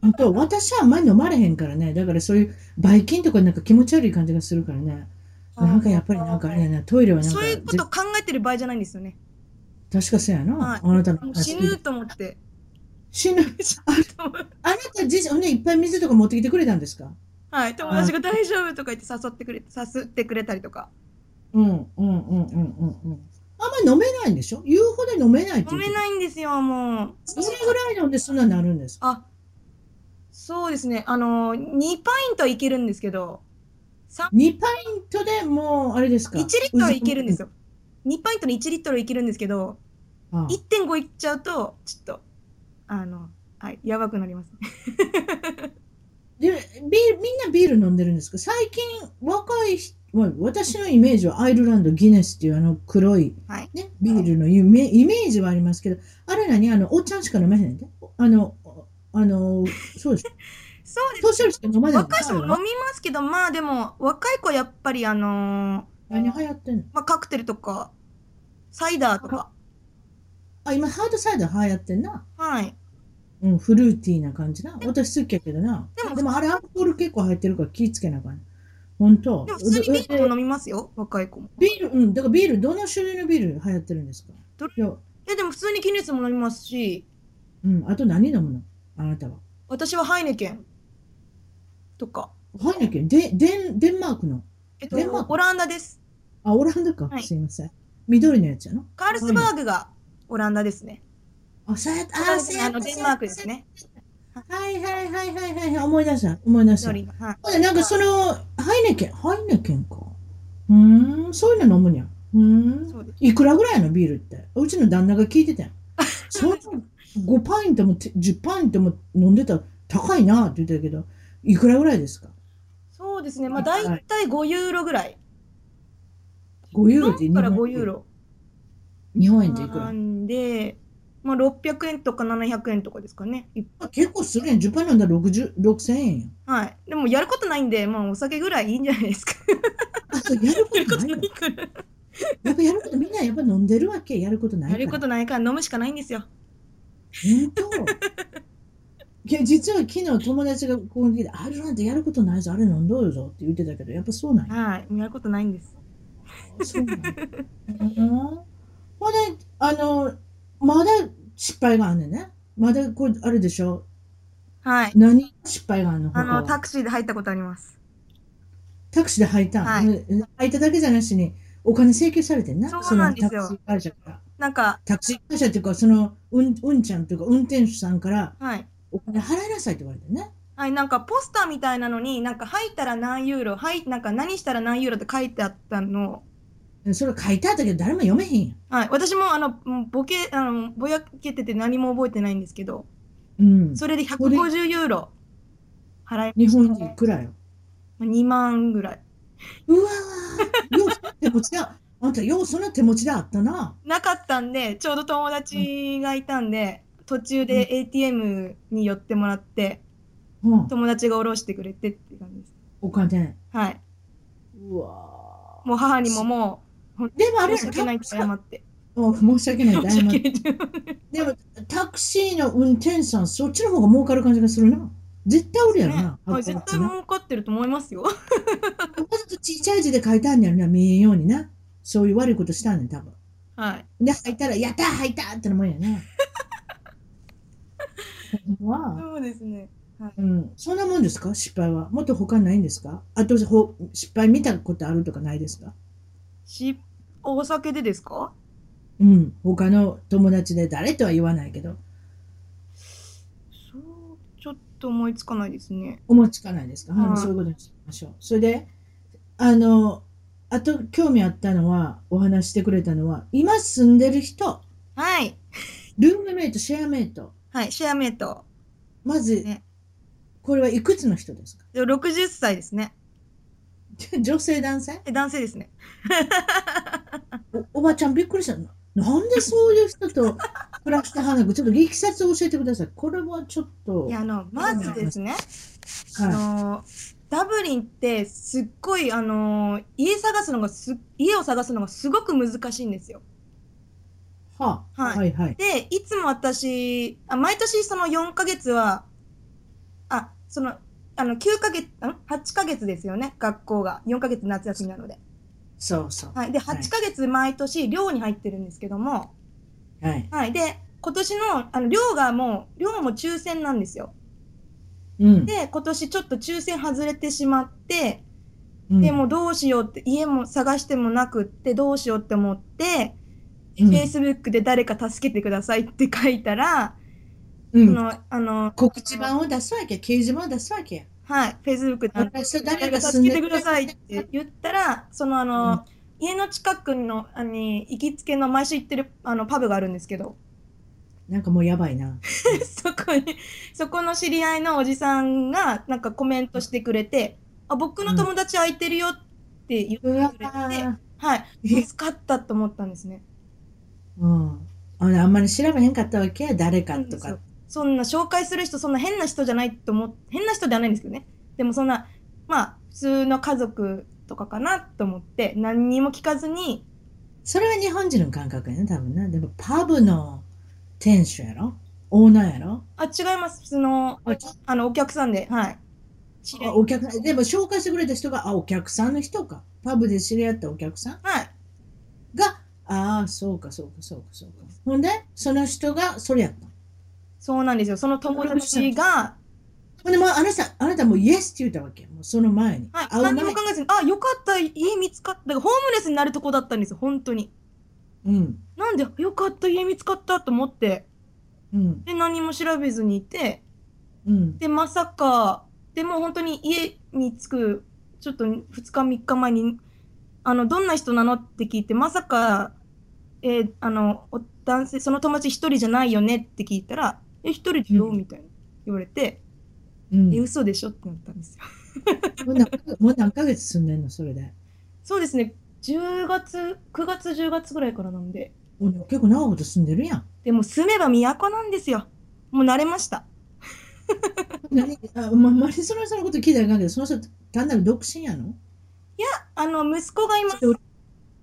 本当私はあんまり飲まれへんからね。だからそういう、ばい菌とかなんか気持ち悪い感じがするからね。なんかやっぱりなんかあれやな、トイレはなんか、
そういうこと考えてる場合じゃないんですよね。
ぜ確かそうやな、
はい
あなたの
もう
話
死ぬと思って。
死ぬ。 あなた自身、ほんでいっぱい水とか持ってきてくれたんですか
はい、友達が大丈夫とか言って誘ってくれ、誘ってくれたりとか。
うん、うん、うん、うん、うん、うん。あんまり飲めないんでしょ言うほど飲めないって
飲め
い
ないんですよ、もう。
う。どれぐらい飲んでそんなになるんですか
あ、そうですね。あの、2パイントはいけるんですけど、3、
?2 パイントでもう、あれですか
1リットルはいけるんです
よ。
よ。2パイントの1リットルはいけるんですけど、
ああ
1.5いっちゃうと、ちょっと、あの、はい、やばくなりますね。
でビールみんなビール飲んでるんですか最近若い人まあ私のイメージはアイルランドギネスっていうあの黒い、
はい
ね、ビールのイメイメージはありますけどあれ何あのおっちゃんしか飲めへんであのあのそう です
そうです。
年寄りしか飲まない
若い人も飲みますけど、まあでも、若い子はやっぱり、あの
何流行ってんの
まあ、カクテルとか、サイダーとか、
あ今ハードサイダー流行ってんな、
はい。
うん、フルーティーな感じな私好きやけどな
でも
あれアルコール結構入ってるから気ぃつけなあかん本当
でも普通にビールも飲みますよ、若い子も。
ビールうんだからビールどの種類のビール流行ってるんですか
どれ
いや
え、でも普通にキネスも飲みますし、
うん、あと何飲むのあなたは。
私はハイネケンとか、
ハイネケン、デデンデンマークの。
えっと
デンマー、ク
オランダです。
あ、オランダか。
はい
すいません。緑のやつやの。
カールスバーグがオランダですね。
あ、そうやった。
あ
あ、そうや
あ
った
のデンマークです。ね。
はいはいはいはいはいはい。思い出した。思い出した。
緑のはい
ほんでなんかその、ハイネケン、ハイネケンか。うーん、そういうの飲むにゃ。うーん。
そうです
いくらぐらいのビールって。うちの旦那が聞いてたよ。 そう5パイントも10パイントも飲んでたら高いなって言ってたけど、いくらぐらいですか
そうですね。まあ
はい
大体5ユーロぐらい。
?5 ユーロって
4
日
か
本
ら
円
5ユーロ。
日本円でいく
な
ら
んで、まあ、600円とか700円とかですかね。一
あ結構するやん。10パーなんだら60 6000円やん。
はい。でもやることないんで、まあお酒ぐらいいいんじゃないですか。
あ、そう、 やることないのやっぱやること、みんなやっぱ飲んでるわけ。やることない
や
から。
ることないから飲むしかないんですよ。
本当いや実は昨日友達がここに来て「あれなんてやることないぞあれ飲んどうよぞ」って言ってたけどやっぱそうなんや。
はい。やることないんです。
そうなんやうんほんであのまだ失敗があんねんね。まだこれあれでしょ
はい。
何失敗があんの
あの、
他は
タクシーで入ったことあります。
タクシーで入ったん、
はい
うん入っただけじゃなしにお金請求されてんな
そうなんですよ
そのタクシー会社から
なんか、
タクシー会社っていうかそのうんうんちゃんというか運転手さんから
はい。
お金払いなさいって言われてね。
はい、なんかポスターみたいなのに、なんか入ったら何ユーロ、はい、なんか何したら何ユーロって書いてあったのを
それ書いてあったけど誰も読めへんやん。
はい、私もあのもうボケあのぼやけてて何も覚えてないんですけど、
うん、
それで150ユーロ払い
日本人いくらよ。
2万ぐらい。
うわー、ようそんな手持ちだ。あんた、ようそんな手持ちだあったな。
なかったんで、ちょうど友達がいたんで、途中で ATM に寄ってもらって、
うん、
友達が下ろしてくれてって感じです。
お金。
はい。
うわ
もう母にもも
ーでもあ
う
れ
申し訳ないって謝って。
うん申し訳ない。
申
大
し訳ない
でも、タクシーの運転手さん、そっちの方が儲かる感じがするな。絶対おるやろな。
もう絶対儲かってると思いますよ。
わざとちっちゃい字で書いてあんねやろな、見えんようにな。そういう悪いことしたんねん、多分。
はい。
で、入ったら、やったー入ったーってのもんや ね。ほんまは
そうですね。
うん、そんなもんですか失敗は。もっと他ないんですかあとほ失敗見たことあるとかないですか
し、お酒でですか
うん。他の友達で誰とは言わないけど、
そう、ちょっと思いつかないですね。
思いつかないですか、はい
はい
そういうことにしましょう。それで、あの、あと興味あったのは、お話してくれたのは、今住んでる人、
はい。
ルームメイト、シェアメイト、
はい、シェアメイト。
まず、
ね
これはいくつの人ですか
で60歳ですね。
女性、男性
え男性ですね。
おおばちゃんびっくりしたななんでそういう人と暮らしてはんのかちょっと力説を教えてくださいこれはちょっと
いや、あの、まずですね、あ
は
の、ダブリンってすっごい、あの、家探すのがす、家を探すのがすごく難しいんですよ。
いはあ
はい
はいはい
で、いつも私、あ毎年その4ヶ月は、あ、その、あの、9ヶ月、ん ?8 ヶ月ですよね、学校が。4ヶ月夏休みなので。
そうそう
はい。で、
はい
8ヶ月毎年寮に入ってるんですけども、
はい
はい。で、今年の、あの、寮がもう、寮も抽選なんですよ。
うん
で、今年ちょっと抽選外れてしまって、
うん
でもうどうしようって、家も探してもなくって、どうしようって思って、
うん
Facebook で誰か助けてくださいって書いたら、
うん
その、あの、
告知板を出すわけ掲示板を出すわけ
はい、Facebook で
私と誰
誰
が
か
住んで
助けて
る
くださいって言ったら、そのあの、
うん
家の近くの、あの、行きつけの毎週行ってる、あの、パブがあるんですけど、
なんかもうやばい な
そこに、そこの知り合いのおじさんが、なんかコメントしてくれて、あ、僕の友達空いてるよって言って
うわ
くれて、
ー
はい、助かったと思ったんです ね。
うんあのあんまり調べへんかったわけや誰かと
そう
か
そんな紹介する人、そんな変な人じゃないと思っ変な人ではないんですけどね。でもそんな、まあ、普通の家族とかかなと思って、何にも聞かずに、
それは日本人の感覚やね多分なでもパブの店主やろオーナーやろ
あ、違います、普通の、
あ
あの、お客さんで、はい。知り合
あ
い
お客さんでも紹介してくれた人があお客さんの人かパブで知り合ったお客さん
はい。
がああそうかそうかそうかそうかほんでその人がそれやった
そうなんですよ。その友達が、
ほんでもうあなたあなたもうイエスって言ったわけもうその前に、
はい、
会う前
何も考えずに、あ、よかった、家見つかった。だからホームレスになるとこだったんですよ、本当に。
うん
なんで、よかった、家見つかったと思って、
うん
で、何も調べずにいて、
うん
で、まさか、でもう本当に家に着く、ちょっと2日、3日前に、あの、どんな人なのって聞いて、まさか、えーあの、お男性、その友達一人じゃないよねって聞いたら、え、一人だよ、
うん
みたいな言われて、
うん
え、嘘でしょってなったんですよ。
もう何ヶもう何ヶ月住んでんのそれで
そうですね、10月、9月、10月ぐらいからなんで、
お結構長いこと住んでるやん。
でも住めば都なんですよ。もう慣れました。
何あまマリソナさんのこと聞いたらいかんけど、その人単なる独身やの
あの、息子がいます。
そう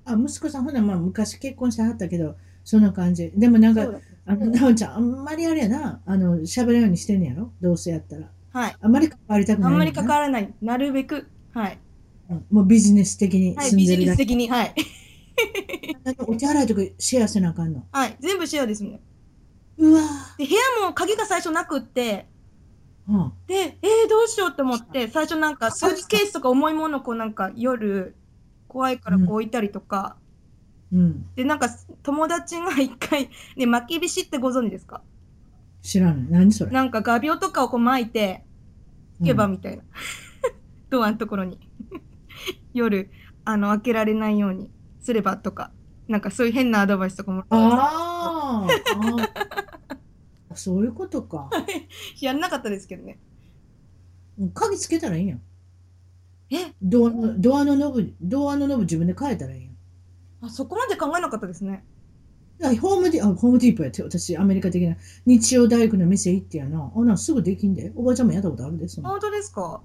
あ、息子さんほな、まあ昔結婚してはったけど、そんな感じ。でもなんか、あの、なおちゃん、あんまりあれやな、あの、喋るようにしてんねやろどうせやったら。
はい。
あんまり関わりたくな
あ
いね
んま
な。
り関わらない。なるべく。はい。
うんもうビジネス的に
はい、
住ん
ビ
で
ジ
る
ネ
だ
ス
け。
的に。はい。
お手洗いとかシェアせなあかんの。
はい。全部シェアですもんね。
うわ
で、部屋も鍵が最初なくって、
ぁ。うん
で、えー、どうしようと思って、最初なんか、スーツケースとか重いものをこうなんか夜、怖いからこう置いたりとか、
うん。
で、なんか友達が一回、ね、巻きびしってご存知ですか
知らない。何それ。
なんか画鋲とかをこう巻いて、
うん
行けばみたいな。 ドアのところに。 夜、あの、開けられないようにすればとか、なんかそういう変なアドバイスとかもらってま
あーあー。そういうことか。
すやんなかったですけどね。
鍵つけたらいいやん。
え
ドアの、ドアのノブ、ドアのノブ自分で変えたらいい
あ、そこまで考えなかったですね。
やん。あホームディ、あ、ホームディープやって、私、アメリカ的な日曜大工の店行ってやな。あ、なんすぐできんで。おばあちゃんもやったことあるで、その。
本当ですか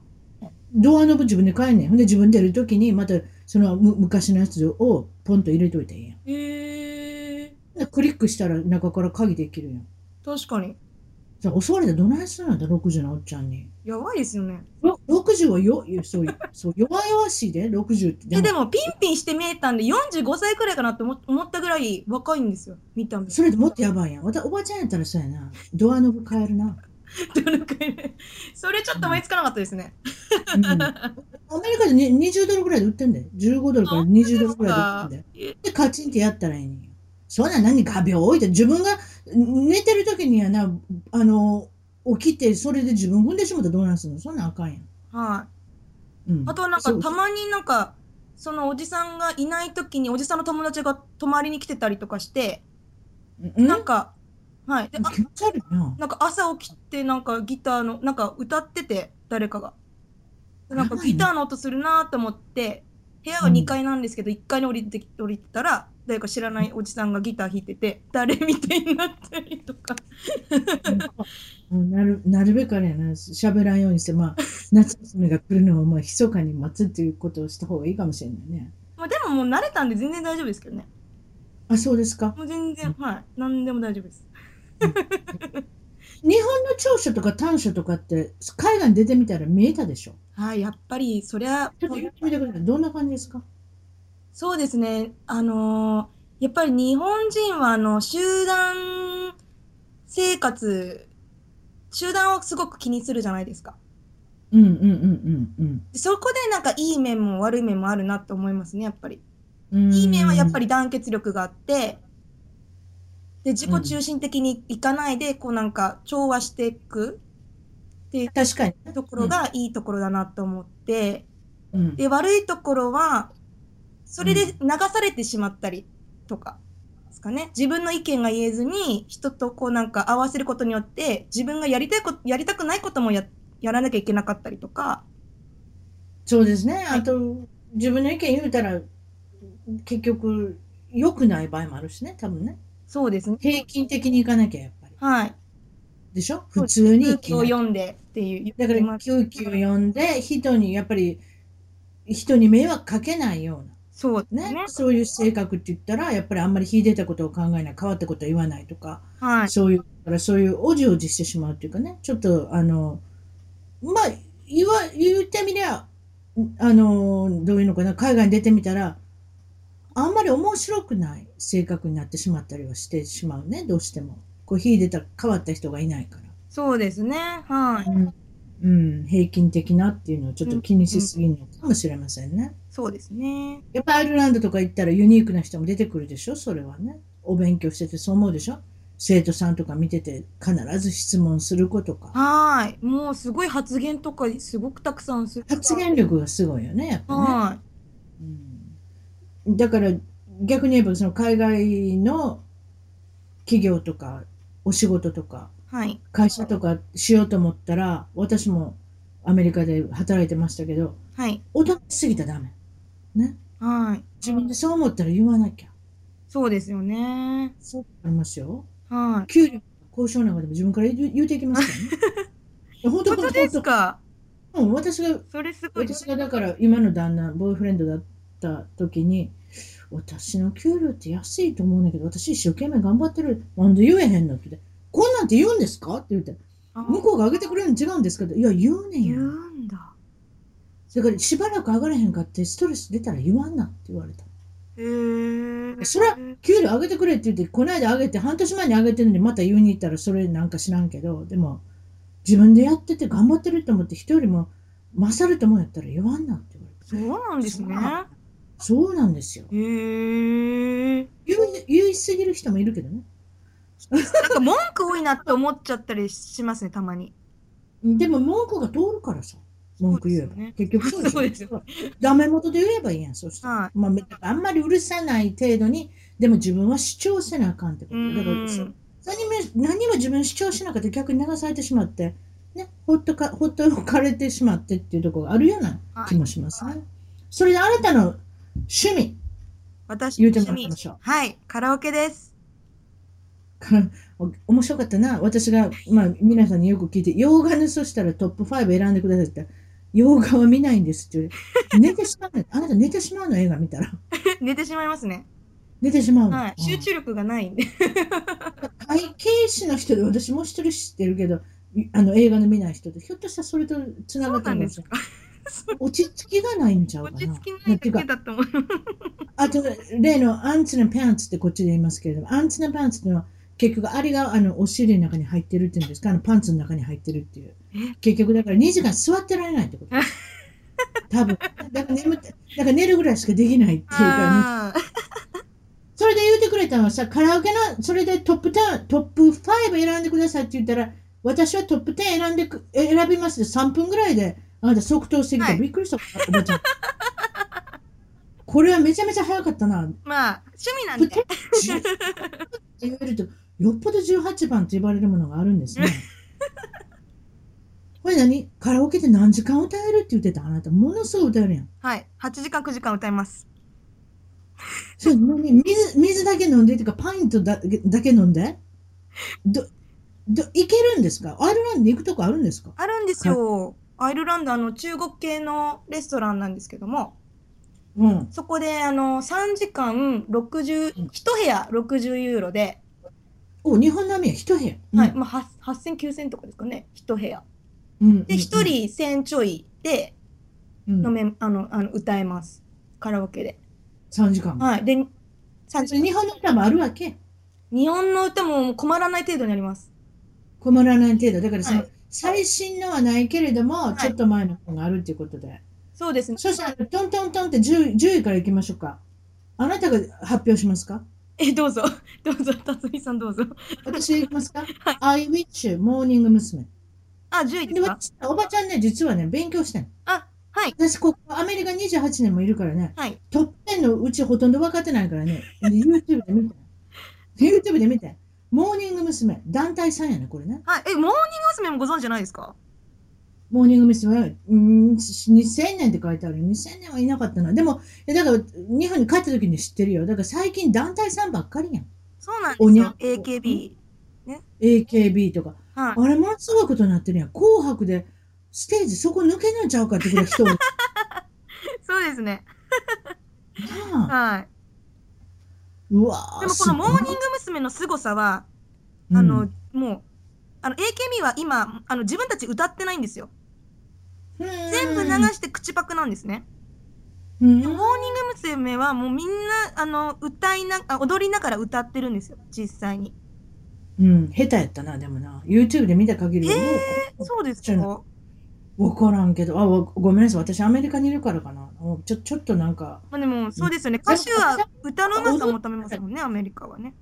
ドアノブ自分で変えんねん。ほんで自分出るときに、また、そのむ昔のやつをポンと入れといたらいいやん。
へえー、
でクリックしたら中から鍵できるやん。
確かに。
さ襲われたらどないするんだ、60のおっちゃんに。
やばいですよね。
ろ60はよ、よそういう、そう、弱々しいで、60って。
えでもピンピンして見えたんで45歳くらいかなって思思ったぐらい若いんですよ見た目
それでもっとやばいやん。わたおばちゃんやったらそうやな。ドアノブ変えるな。
どのくらい それちょっと思いつかなかったですね、
うん、アメリカでに20ドルぐらいで売ってんで。15ドルから20ドルぐら
あ
いで売ってんで。
え
で、カチンってやったらいいねんよ。そんなん何画鋲置いて、自分が寝てる時にやな、あの、起きて、それで自分踏んでしまったらどうなんすんのそんなんあかんやん。
は
うん
い、あとなんか
そう
たまになんかそのおじさんがいない時におじさんの友達が泊まりに来てたりとかして
うん
なんかはいであ
気持ち悪いな。
なんか朝起きてなんかギターのなんか歌ってて誰かがなんかギターの音するなと思って部屋は2階なんですけど1階に降りて降りてたら誰か知らないおじさんがギター弾いてて誰みたいになったりとか
うんなるなるべくあれやな、喋らんようにして、 まあ、夏休みが来るのをまあ密かに待つっていうことをした方がいいかもしれないね。
まあでももう慣れたんで全然大丈夫ですけどね
あ、そうですか。
もう全然はい何でも大丈夫です
日本の長所とか短所とかって、海外に出てみたら見えたでしょ。
はいやっぱりそりゃ
ちょっと言ってみてください。どんな感じですか
そうですねあのーやっぱり日本人はあの集団生活集団をすごく気にするじゃないですか
うんうんうんうん
そこでなんかいい面も悪い面もあるなと思いますねやっぱり
うん。
いい面はやっぱ
り。
り団結力があって、で、自己中心的にいかないで、こうなんか調和していく
確かに。
ところがいいところだなと思って、
うん、
で、悪いところは、それで流されてしまったりとかですかね。自分の意見が言えずに、人とこうなんか合わせることによって、自分がやりたいこと、やりたくないこともや、やらなきゃいけなかったりとか、
そうですね。あと、自分の意見言うたら、結局、良くない場合もあるしね、多分ね。
そうですね。
平均的にいかなきゃやっぱり。
はい。
でしょ普通に
空
生
気
き
を
ない
読んでっていう。
だから救急呼んで人にやっぱり人に迷惑かけないよう
そうで
な、
す
ね
ね。
そういう性格って言ったらやっぱりあんまり秀でたことを考えない変わったことを言わないとか、
はい。
そういうだからそういうおじおじしてしまうっていうかねちょっとあのまあ言わ言ってみりゃあのどういうのかな海外に出てみたらあんまり面白くない性格になってしまったりはしてしまうねどうしてもこう秀でた変わった人がいないから。
そうですね。はい。
うん、平均的なっていうのをちょっと気にしすぎるのかもしれませんね。
そうですね。
やっぱアイルランドとか行ったらユニークな人も出てくるでしょ、それはね。お勉強しててそう思うでしょ。生徒さんとか見てて必ず質問することか。
はーい。もうすごい発言とかすごくたくさんする。
発言力がすごいよね、やっぱね。
は
うん、だから逆に言えばその海外の企業とかお仕事とか
い。はい。
会社とかしようと思ったら私もアメリカで働いてましたけど
はい。
大人しすぎたらダメ。ね。
はい。
自分でそう思ったら言わなきゃ。
そうですよね。
そうありますよ。
はい。
給料、交渉なんかでも自分から言う言うていきますからね。いや本当
本当です
本
か。
当うん、私が
それすごい。
私がだから今の旦那ボーイフレンドだった時に私の給料って安いと思うんだけど私一生懸命頑張ってるなんで言えへんのって言ってこんなんて言うんですかって言って向こうが上げてくれるの違うんですけどいや言うねん
言う
よ
んだ。
だからしばらく上がれへんかってストレス出たら言わんなって言われた
へえ。
それは給料上げてくれって言ってこの間上げて半年前に上げてるのにまた言いに行ったらそれなんか知らんけどでも自分でやってて頑張ってると思って人よりも勝ると思うんやったら言わんなって言われた
そうなんですね。
そうなんですよ
へえ。
言い言いすぎる人もいるけどね。
なんか文句多いなって思っちゃったりしますね、たまに。
でも文句が通るからさ、文句言えば。
そうですよね
結局そうでしょ
そうですよ
ダメ元で言えばいいやん、そしたら。
はい
まあ、だからあんまりうるさない程度に、でも自分は主張せなあかんってこ
う
と。だからそ
ん。
何も何も自分主張しなかったら逆に流されてしまって、ね、ほっとか、ほっとかれてしまってっていうところがあるような気もしますね。それであなたの趣味、
私
言う
の
てもらい
趣
ま
味。
しょう。
はい、カラオケです。
からお 面白かったな私が、まあ、皆さんによく聞いて洋画ねそしたらトップ5選んでくださいって言ったら洋画は見ないんですって言われて寝てしまうのあなた寝てしまうの映画見たら
寝てしまいますね。
寝てしまうの、
はい、集中力がないんで。
会計士の人で私もう一人知ってるけどいあの映画の見ない人でひょっとしたらそれとつな
そ
が
う
って
な
るか
んで
も
す
しれ
か。
ない落ち着きがないんちゃうか
落
な
ち着きない
て
だ
か
けだと思う。
あと例のアンツのパンツってこっちで言いますけれどもアンツのパンツっていうのは結局あれがあのお尻の中に入ってるっていうんですかあのパンツの中に入ってるっていう
え
結局だから2時間座ってられないって こと多分だから眠ってだから寝るぐらいしかできないっていうか、ね、
あー
それで言うてくれたのはさカラオケのそれでトップ10トップ5選んでくださいって言ったら私はトップ10選んでく選びますで3分ぐらいであなた即答してきた、
はい
びっくりしたおばちゃんこれはめちゃめちゃ早かったな
まあ、趣味なんで。
言われると、よっぽど18番と言われるものがあるん ですね。これ何カラオケで何時間歌えるって言ってたあなた、ものすごい歌えるやん。
はい、8時間、9時間歌います。
それ何水水だけ飲んでっていうか、パイントだけだけ飲んでどどいけるんですかアイルランドに行くとこあるんですか
あるんですよ。アイルランド、あの、中国系のレストランなんですけども、
うん。
そこで、あの、3時間60、1部屋60ユーロで、
お、日本のみは一部屋。
はい、まあ、8000、9000とかですかね、1部屋。
うん。うん。
で、1人1000ちょいで、
うん、
のめあのあの歌えますカラオケで
3時間。
はいで三
それ日本の歌もあるわけ。
日本の歌ももう困らない程度にあります
困らない程度。だからその、
はい
最新のはないけれども、
い
ちょっと前の方があるっていうことで。
そうですね
そしたら、トントントンって10 10位から行きましょうか。あなたが発表しますか
えどうぞ どうぞ辰巳さんどうぞ
私が行きますか ?I wish you morning 娘。
あ10位
で
で
す
か
私おばちゃんね、実はね、勉強してんの
あはい
私、ここアメリカ28年もいるからね、
はい
トップ10のうちほとんど分かってないからね、で YouTube で見て。YouTube で見て。モーニング娘。団体さんやね、これね。
はいえモーニング娘。もご存知ないですか
モーニング娘。は、うーん、2000年って書いてある。2000年はいなかったな。でも、いやだから、日本に帰った時に知ってるよ。だから最近団体さんばっかりやん。
そうなん
おにゃ
ですよ AKB
AKB とか。
はい
あれ、ものすごいことになってるやん。紅白でステージそこ抜けなんちゃうかってくらい人多いな
そうですね
あ。
は
うわ
い
あ
でもこのモーニング娘。の凄さはあの、もうあの AKB は今あの自分たち歌ってないんですよ全部流して口パクなんですね
全
モーニング娘。はもうみんなあの歌いなあ踊りながら歌ってるんですよ実際に
うん、下手やったな、でもな。YouTube で見た限りはよう
そうです
じゃ
か
わからんけど、あ、わごめんなさい。私アメリカにいるからかな。もうちょ、ちょっとなんか、
まあでもそうですよね歌手は歌のうまさを求めますもんねアメリカはね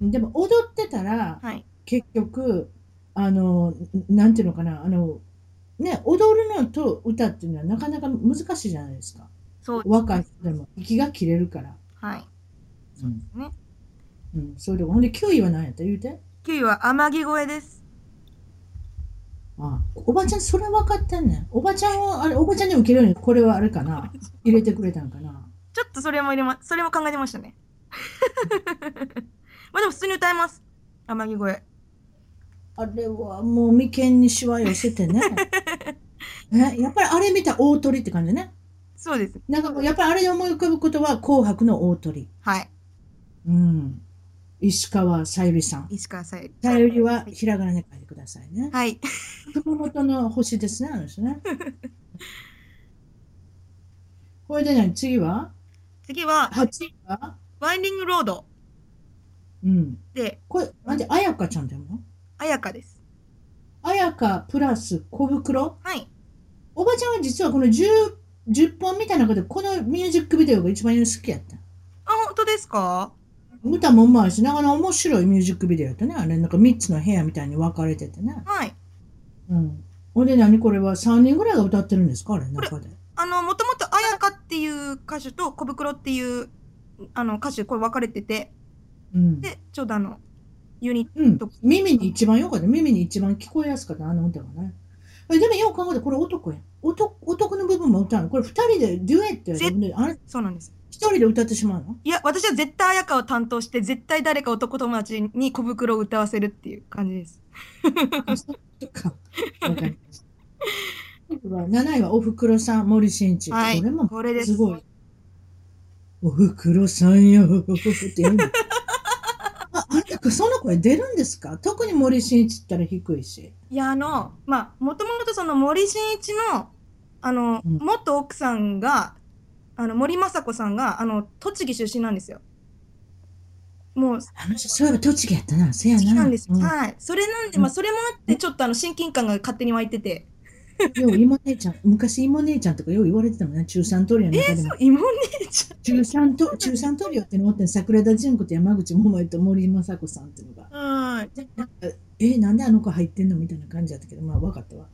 でも踊ってたら、
はい
結局、あの、なんていうのかな、あの、ね、踊るのと歌っていうのはなかなか難しいじゃないですか。
そう
若い人でも息が切れるから。
はい
うん
ね
うん、それでほんで9位は何やった言うて
9位は天城越えです
ああおばちゃんそれ分かってんねんおばちゃんをあれおばちゃんにも受けるようにこれはあれかな入れてくれたんかな
ちょっとそれも入れまそれも考えてましたね まあでも普通に歌えます。天城越え。
あれはもう眉間にしわ寄せ てね。えやっぱりあれ見たら大鳥って感じね。
そうです。
なんかもうやっぱりあれで思い浮かぶことは紅白の大鳥。
はい。
うん。石川さゆりさん。
石川さゆり。
さゆりはひらがなで書いてくださいね。
はい。
熊本の星ですね、あの人 ね。これでね、次は
次は、
八は
ワインディングロード
うん。
で、
これ、なんで、あやかちゃんだよ。
彩香です。
あやかプラス小袋。
はい。
おばちゃんは実はこの 10, 10本見た中で、このミュージックビデオが一番好きやった。
あ、本当ですか
歌もうまいし、なかなか面白いミュージックビデオやったね。あれ、なんか3つの部屋みたいに分かれててね。
はい。
うん。ほんで何これは3人ぐらいが歌ってるんですかあれ、中で。
あの、もともと彩香っていう歌手と小袋っていうあの歌手、これ分かれてて、
うん。
で、ちょうどあの、ユニッ
うん
ト、
耳に一番良かった。耳に一番聞こえやすかった、あの歌がね。えでもよう考えて、これ男やん。男男の部分も歌うの。これ二人でデュエットやで。
ぜ
であれ
そうなんです。
一人で歌ってしまうの
いや、私は絶対彩香を担当して、絶対誰か男友達に小袋を歌わせるっていう感じです。
あそういうことか。わかりました。7位はおふくろさん、森進一。
はい
これも
これです。
すごい。おふくろさんよーって言う の。あ、あれだからその声出るんですか特に森進一って言ったら低いし。
いや、あの、まあ、もともとその森進一の、あの、
うん
元奥さんが、あの、森雅子さんが、あの、栃木出身なんですよ。もう、
あの人、そういえば栃木やったな。せやな。
好きなんですよ。
うん
はい。それなんで、まあ、それもあって、ちょっとあの、親近感が勝手に湧いてて。
よう、芋姉ちゃん、昔芋姉ちゃんとかよう言われてたもんね、中三トリオの中でも。
芋姉ち
中三ト中三トリオってのおってん桜田純子と山口百恵と森昌子さんっていうのが。
ゃん。はい。
え、なんであの子入ってんのみたいな感じだったけど、まあ分かったわ。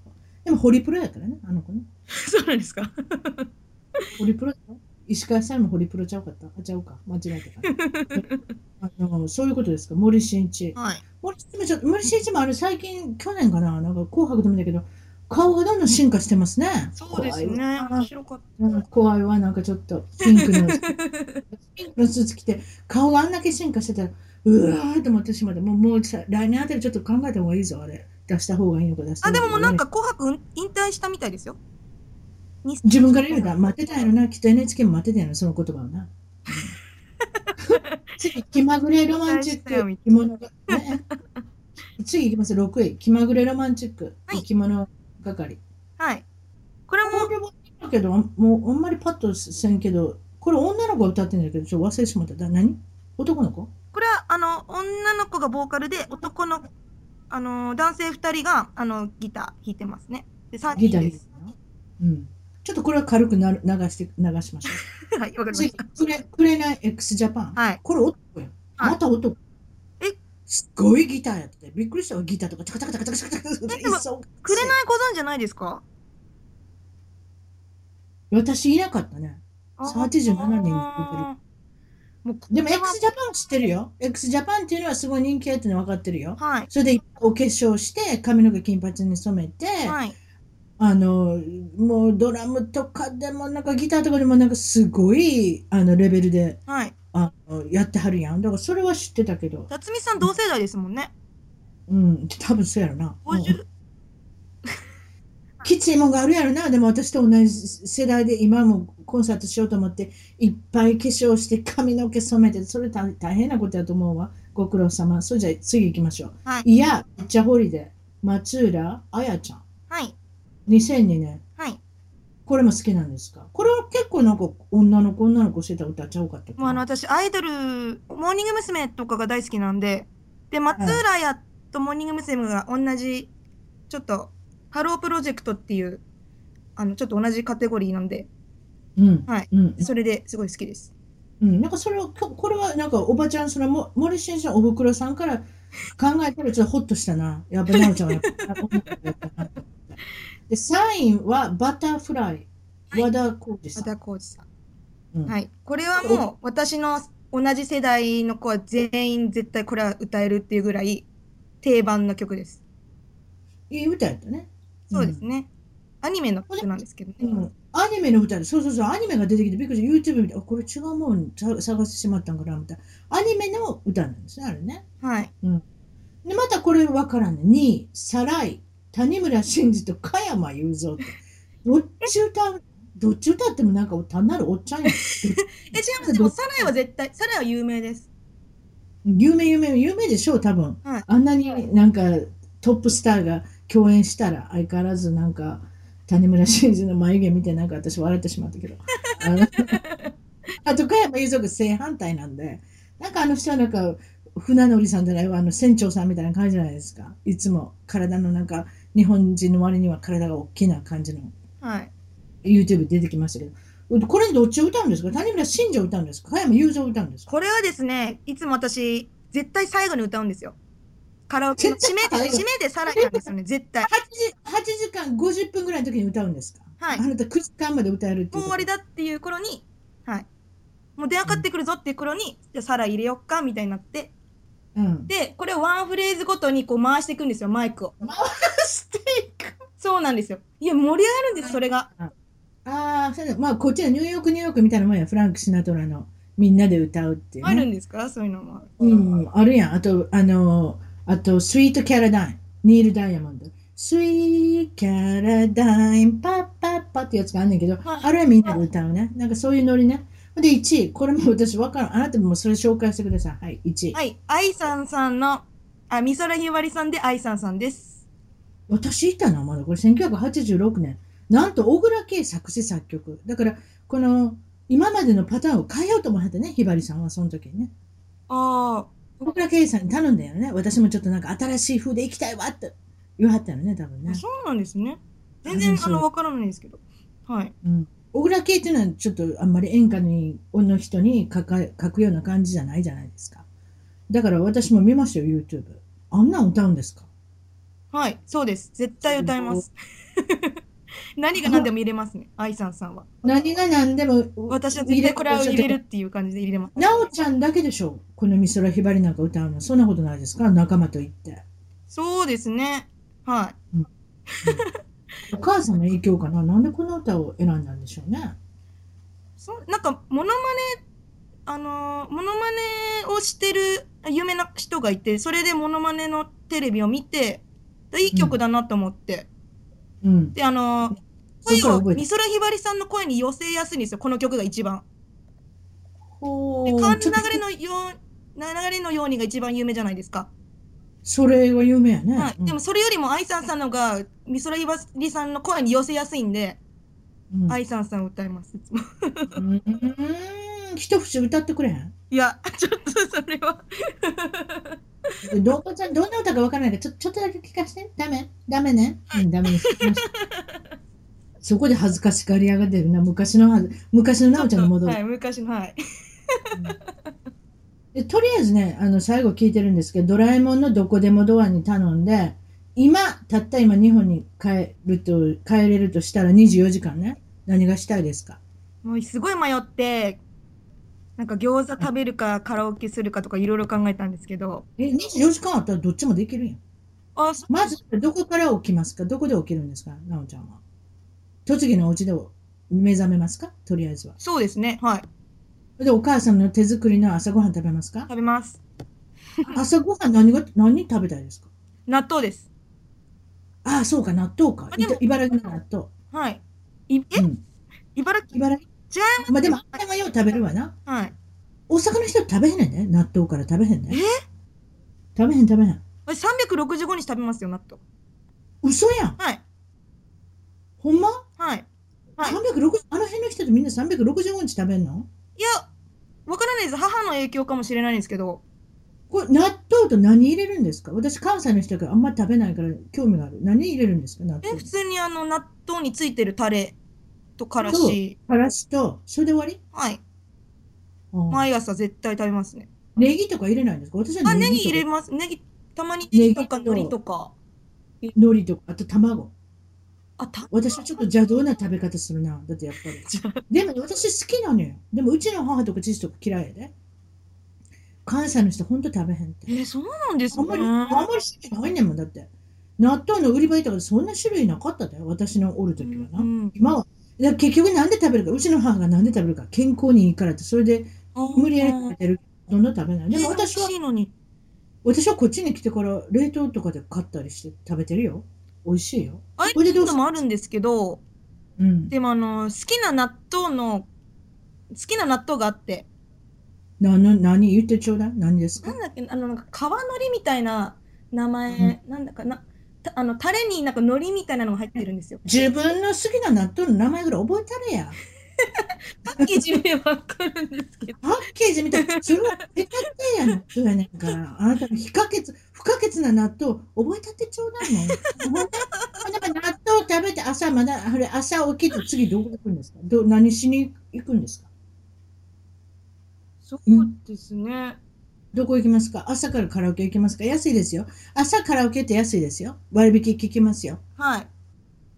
でもホリプロやからね、あの子ね。
そうなんですか。
ホリプロだよ石川さんもホリプロちゃうかったあ、ちゃうか。間違えた か。あのそういうことですか、森進一。
はい。
森進一も森進一もあれ、最近、去年かな、なんか紅白でもだけど、顔がどんどん進化してますね。
そうで
怖
す
いわ
ね。面白かっ
うん怖いわ、なんかちょっとピンクのピンクのスーツ着て、顔があんだけ進化してたら、うわーと思ってしまって、もうもうさ来年あたりちょっと考えた方がいいぞ、あれ。出した方がいいのか出した
た。あ、
方がい
で
い
も
の
もうなんか、紅白引退したみたいですよ。
自分から言うたら待ってたんやろな、きっと NHK も待ってたんやろ、その言葉を な。次、気まぐれロマンチック、着物が、 ね。次いきます、6位、気まぐれロマンチック、
はい
着物係。
はい。これも、
これもいいんだけど、もうあんまりパッとせんけど、これ女の子が歌ってんだけど、ちょっと忘れてしまった。だ何男の子
これはあの女の子がボーカルで男のあの男性2人があのギター弾いてますね。で3
ギタ
人
ー弾
で
いて
す。
るのうん。ちょっとこれは軽くなる流して流しましょう。
はい、わかりま
次、
し
くれくれない x ジャパン。
た。はい。
これ男やん。
はい
また男。
え
すっごいギターやってて、びっくりしたわ、ギターとか、チャカチャカチャカチャカチャカチャカ
えでも
そう
くれないご存じないですか
私いなかったね。37人もいる
あーもう
でも x ジャパン知ってるよ。x ジャパンっていうのはすごい人気やっていうのは分かってるよ。
はい。
それでお化粧して、髪の毛金髪に染めて、
はい。
あのもうドラムとかでもなんかギターとかでもなんかすごいあのレベルで
はい。
あのやってはるやんだからそれは知ってたけど
辰巳さん同世代ですもんね。
うん多分そうやろな、うん
50
きついもんがあるやろなでも私と同じ世代で今もコンサートしようと思っていっぱい化粧して髪の毛染めてそれ大大変なことやと思うわご苦労様それじゃあ次行きましょう、、
はい
やめっちゃホリデー松浦彩ちゃん
はい。
2002年
はい。
これも好きなんですかこれは結構なんか女の子女の子してた歌ちゃうかったか
もうあの私、アイドル、モーニング娘。とかが大好きなんで、で、松浦やとモーニング娘。が同じ、ちょっと、ハロープロジェクトっていう、あの、ちょっと同じカテゴリーなんで、
うん
はい
うん
それですごい好きです。
うん、なんかそれはここれはなんかおばちゃんそれはも森進一のおふくろさんから考えたらちょっとホッとしたなやっぱりなおちゃんはやっぱ女の子やったなと思って で3位はバタフライ
はい
和田浩二さ
和
ん、
田浩二さん。
うん
はい。これはもう、私の同じ世代の子は全員絶対これは歌えるっていうぐらい、定番の曲です。
い、い歌やったね
そうです
ね、
ね。アニメの曲なんですけどね。
うん、アニメの歌で、そうそうそう、アニメが出てきて、びっくりして、YouTube 見て、あ、これ違うもんさ探してしまったんかな、みたいな。アニメの歌なんですね、あれね。
はい。
で、またこれわからんね。2位、サライ、谷村新司と加山雄三って。どっち歌う、どっち歌ってもなんか単なるおっちゃんやん。
え、違います。でも、サライは絶対、サライは有名です。
有名、有名、有名でしょう、多分。
はい
あんなになんかトップスターが共演したら、相変わらずなんか、谷村新司の眉毛見てなんか私笑ってしまった けど。あの あと、加山雄三が正反対なんで、なんかあの人はなんか、船乗りさんじゃないわ、あの船長さんみたいな感じじゃないですか。いつも体のなんか、日本人の割には体が大きな感じの
はい。
YouTube 出てきましたけど、これどっちを歌うんですか谷村新司を歌うんですか加山雄三を歌うんですか
これはですね、いつも私、絶対最後に歌うんですよ。カラオケの締めで、
絶対最後
締めでサライなんですよね、絶対。
8時 ,8 時間50分ぐらいの時に歌うんですか
はい
あ。なた9時間まで歌えるっていう
も
うこと。
終わりだっていう頃に、はい。もう電話かかってくるぞっていう頃に、じゃあサライ入れよっか、みたいになって。
うん。
で、これをワンフレーズごとにこう回していくんですよ、マイクを。そうなんですよ。いや、盛り上がるんです、それが。
ああ、そうだまあ、こっちはニューヨーク、ニューヨークみたいなもんや。フランク・シナトラのみんなで歌うっていう、
ある
ね。
んですかそういうのも。
うん、あるやん。あと、あの、あと、スイート・キャラダイン。ニール・ダイヤモンド。スイート・キャラダイン、パッパッパってやつがあんねんけど、
はい
あれはみんなで歌うね。なんかそういうノリね。で、1位。これも私わからん。あなたもそれ紹介してください。はい、1位。
はい。愛さんさんの、あ、美空ひばりさんで愛さんさんです。
私いたな、まだこれ1986年。なんと、小倉圭作詞作曲。だから、この、今までのパターンを変えようと思ってね、ひばりさんはその時にね。
ああ。
小倉圭さんに頼んだよね。私もちょっとなんか新しい風で行きたいわって言わはったよね、多分ね。
そうなんですね。全
う
然
ん、そ
あ
う
の、わからないですけど。はい。
小倉圭っていうのはちょっとあんまり演歌にの人に書か書くような感じじゃないじゃないですか。だから私も見ましたよ、YouTube。あんなん歌うんですか
はい。そうです。絶対歌います。何が何でも入れますね。愛さんさんは。
何が何でも。
私は絶対これを入れ
る
るっていう感じで入れます。
なおちゃんだけでしょこの美空ひばりなんか歌うの。そんなことないですか仲間と言って。
そうですね。はい。
お母さんの影響かななんでこの歌を選んだんでしょうね。
そうなんかモノマネあのーモノマネをしてる有名な人がいてそれでモノマネのテレビを見てでいい曲だなと思って、
うん。
であのー
そっ
声
から
を
覚えて
美空ひばりさんの声に寄せやすいんですよこの曲が一番。
ほ
で川の流れ
の。
のよう流れのようにが一番有名じゃないですか、
それが有名やね。
はい
うん
でも、それよりも愛さんさんの方が美空ひばりさんの声に寄せやすいんで、
うん、
愛さんさんを歌いますいつも
うん。一節歌ってくれへん
いやちょっとそれは
どうちゃんどんな歌かわからないからちょ、ちょっとだけ聞かして。ダメダメね。うん、ダメです。聞きましたそこで恥ずかしがりやがってるな。昔のはず、昔のなおちゃんに戻る
は。い昔のはい
でとりあえずねあの最後聞いてるんですけど「ドラえもんのどこでもドア」に頼んで今たった今日本に帰ると帰れるとしたら24時間ね何がしたいですか
もうすごい迷って、なんか餃子食べるかカラオケするかとかいろいろ考えたんですけど、
え24時間あったらどっちもできるやん
あ、そ
まずどこから起きますかどこで起きるんですかなおちゃんは栃木のお家で目覚めますかとりあえずは
そうですね。はい。
でお母さんの手作りの朝ごはん食べますか
食べます。
朝ごはん何が何食べたいですか
納豆です。
ああそうか納豆か
あでも
茨城の納豆
はい。いえ、
うん
茨城
茨城
違います。
まあでもあんたがよう食べるわな
はい。
大阪の人食べへんねんね納豆から食べへんね食べへん食べへん
私365日食べますよ、納豆。
嘘やん
はい。
ほんま、
はい。は
360
い
あの辺の人ってみんな365日食べんの
いや、わからないです。母の影響かもしれないんですけど、
これ納豆と何入れるんですか私関西の人だからあんまり食べないから興味がある何入れるんですか納
え、
豆
普通にあの、納豆についてるタレとから
そう
し、
からしとそれで終わり
はい。
あー
毎朝絶対食べますね。
ネギとか入れないんですか私は
あ、
ネ
ネ
ギ
ギ
と
入れ
か
ます。ネギ、たまに
ネ
ネ
ギ
ギ
と
とか海苔とか。
海苔とかあと卵
あ、た、
私はちょっと邪道な食べ方するなだってやっ ぱりでもね私好きなのよでもうちの母とか父とか嫌いやで関西の人ほんと食べへんって
えーそうなんです
あ
ね
んまり、あんまり好きじゃないねんもん、だって。納豆の売り場行ったからそんな種類なかっただよ私のおる時はな、
うん
今はだから結局なんで食べるかうちの母がなんで食べるか健康にいいからってそれで無理やり食べてるどんどん食べないでも私は
美味しいのに。
私はこっちに来てから冷凍とかで買ったりして食べてるよ美味しいよ
ああい
これでど
う
うする
のもあるんですけど、
うん
でもあの、好きな納豆の、好きな納豆があって、
何の何言ってちょうだい何です
な
か
んだっけ、あの、なんか、皮のりみたいな名前、なんだかな、たあの、タレになんか海苔みたいなのが入ってるんですよ。
自分の好きな納豆の名前ぐらい覚えたれや
パッケージ見ればわかるんですけど。
パッケージみたいな、それはペタってやん、そうやねんから。あなたの非可欠、不可欠な納豆、覚えたってちょうだいもん。ほんでほんで納豆食べて朝、まだ、あれ、朝起きて次どこ行くんですかどう何しに行くんですか
そうですね。
どこ行きますか朝からカラオケ行きますか安いですよ。朝カラオケって安いですよ。割引聞きますよ。
はい。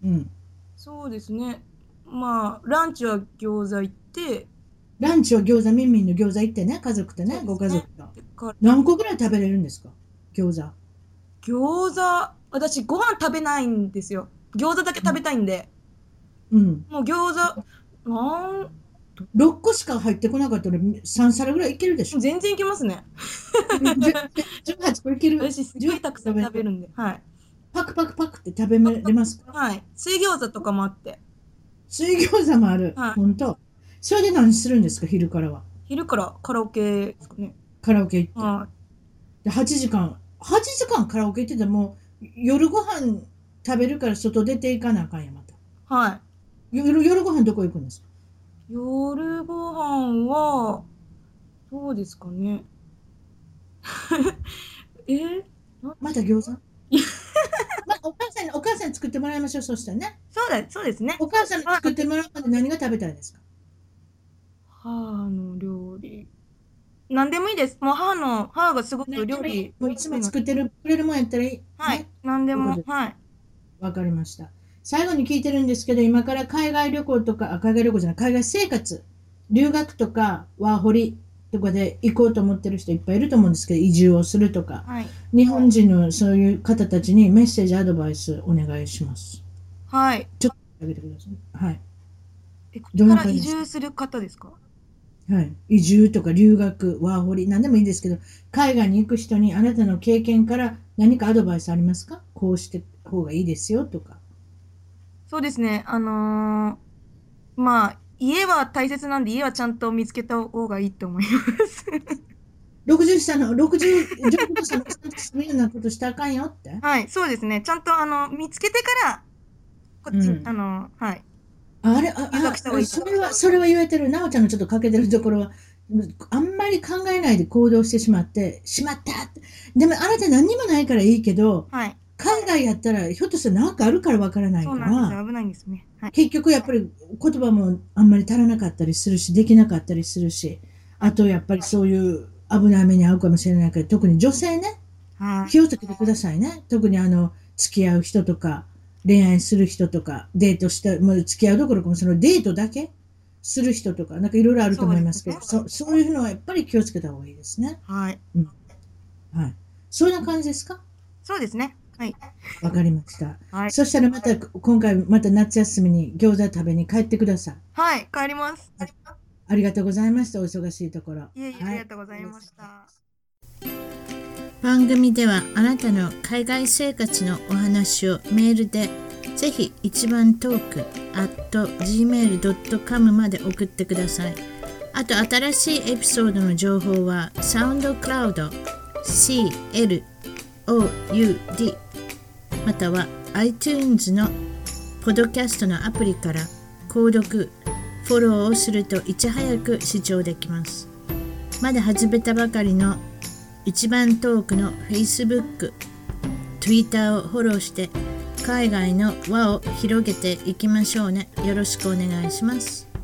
うん。
そうですね。まあ、ランチは餃子行って、
ランチは餃子、ミンミンの餃子行ってね、家族とね、
そうですね
ご家族と。
か
何個ぐらい食べれるんですか餃子。
餃子、私ご飯食べないんですよ。餃子だけ食べたいんで。
うん。
もう餃子、なん、
6個しか入ってこなかったら3皿ぐらいいけるでしょ
全然いけますね。
18個いける。
私すごいたくさん食べるんで。はい。
パクパクパクって食べれますか
はい。水餃子とかもあって。
水餃子もある。
はい
本当。それで何するんですか昼からは。
昼からカラオケですかね。
カラオケ行って。
は
で8時間。8時間カラオケ行ってても夜ご飯食べるから外出ていかなあかんやまた。
い。はい。
夜夜ご飯どこ行くんですか
夜ご飯は、どうですかね。 え
また 餃子まあ、お母さんにお母さんに作ってもらいましょう、そしたらね。
そうだ、そうですね。
お母さんに作ってもらうまで何が食べたいですか
母の料理。何でもいいです。もう母の、母がすごく料理。
もういつも作ってるくれるもんやったらいい。
は
ね
い。何で
そう
も
で。
はい。
わかりました。最後に聞いてるんですけど、今から海外旅行とか、あ海外旅行じゃない、海外生活、留学とか、ワーホリとかで行こうと思ってる人いっぱいいると思うんですけど、移住をするとか、
はい。
日本人のそういう方たちにメッセージ、アドバイスお願いします。
はい。
あげてください。はい。
え、こ
ど
こ
んな
から
感じ
移
ですか
住する方ですか
はい、移住とか留学、ワーホリ、何でもいいんですけど、海外に行く人にあなたの経験から何かアドバイスありますかこうして方がいいですよとか。
そうですね。あのーまあ、家は大切なんで、家はちゃんと見つけた方がいいと思い ます。
60歳の、60、上級者の人たちみんなことしたらあかんよって。
はい、そうですね。ちゃんと、あの、見つけてから、こっち、
うん
あの、はい。
あれ、あ
留学した方がい
あ
いと
そ
思う
れは、それは言えてる。なおちゃんのちょっと欠けてるところは、あんまり考えないで行動してしまって、しまったってでも、あなた何にもないからいいけど、
はい。
海外やったら、ひょっとしたら何かあるからわからない
そ
か
うなんです
ら、
よ。危ないんですよね。はい。
結局やっぱり言葉もあんまり足らなかったりするし、できなかったりするし、あとやっぱりそういう危ない目に遭うかもしれないから、特に女性ね、
はい。
気をつけてくださいね。特にあの、付き合う人とか、恋愛する人とか、デートした、もう付き合うどころかも、そのデートだけする人とか、なんかいろいろあると思いますけど、
そ
そうう,、そういうのはやっぱり気をつけた方がいいですね。
はい。
はい。そんな感じですか
そうですね。はい。
わかりました。
はい。
そしたらまた、今回また夏休みに餃子食べに帰ってください。
はい。帰ります。
ありがとうございました。お忙しいところ。
いえいえ、
は
ありがとうございました。
番組ではあなたの海外生活のお話をメールでぜひ一番トーク at gmail.com まで送ってくださいあと新しいエピソードの情報はサウンドクラウド CLOUD または iTunes のポッドキャストのアプリから購読フォローをするといち早く視聴できますまだ始めたばかりの一番トークの Facebook、Twitter をフォローして海外の輪を広げていきましょうね。よろしくお願いします。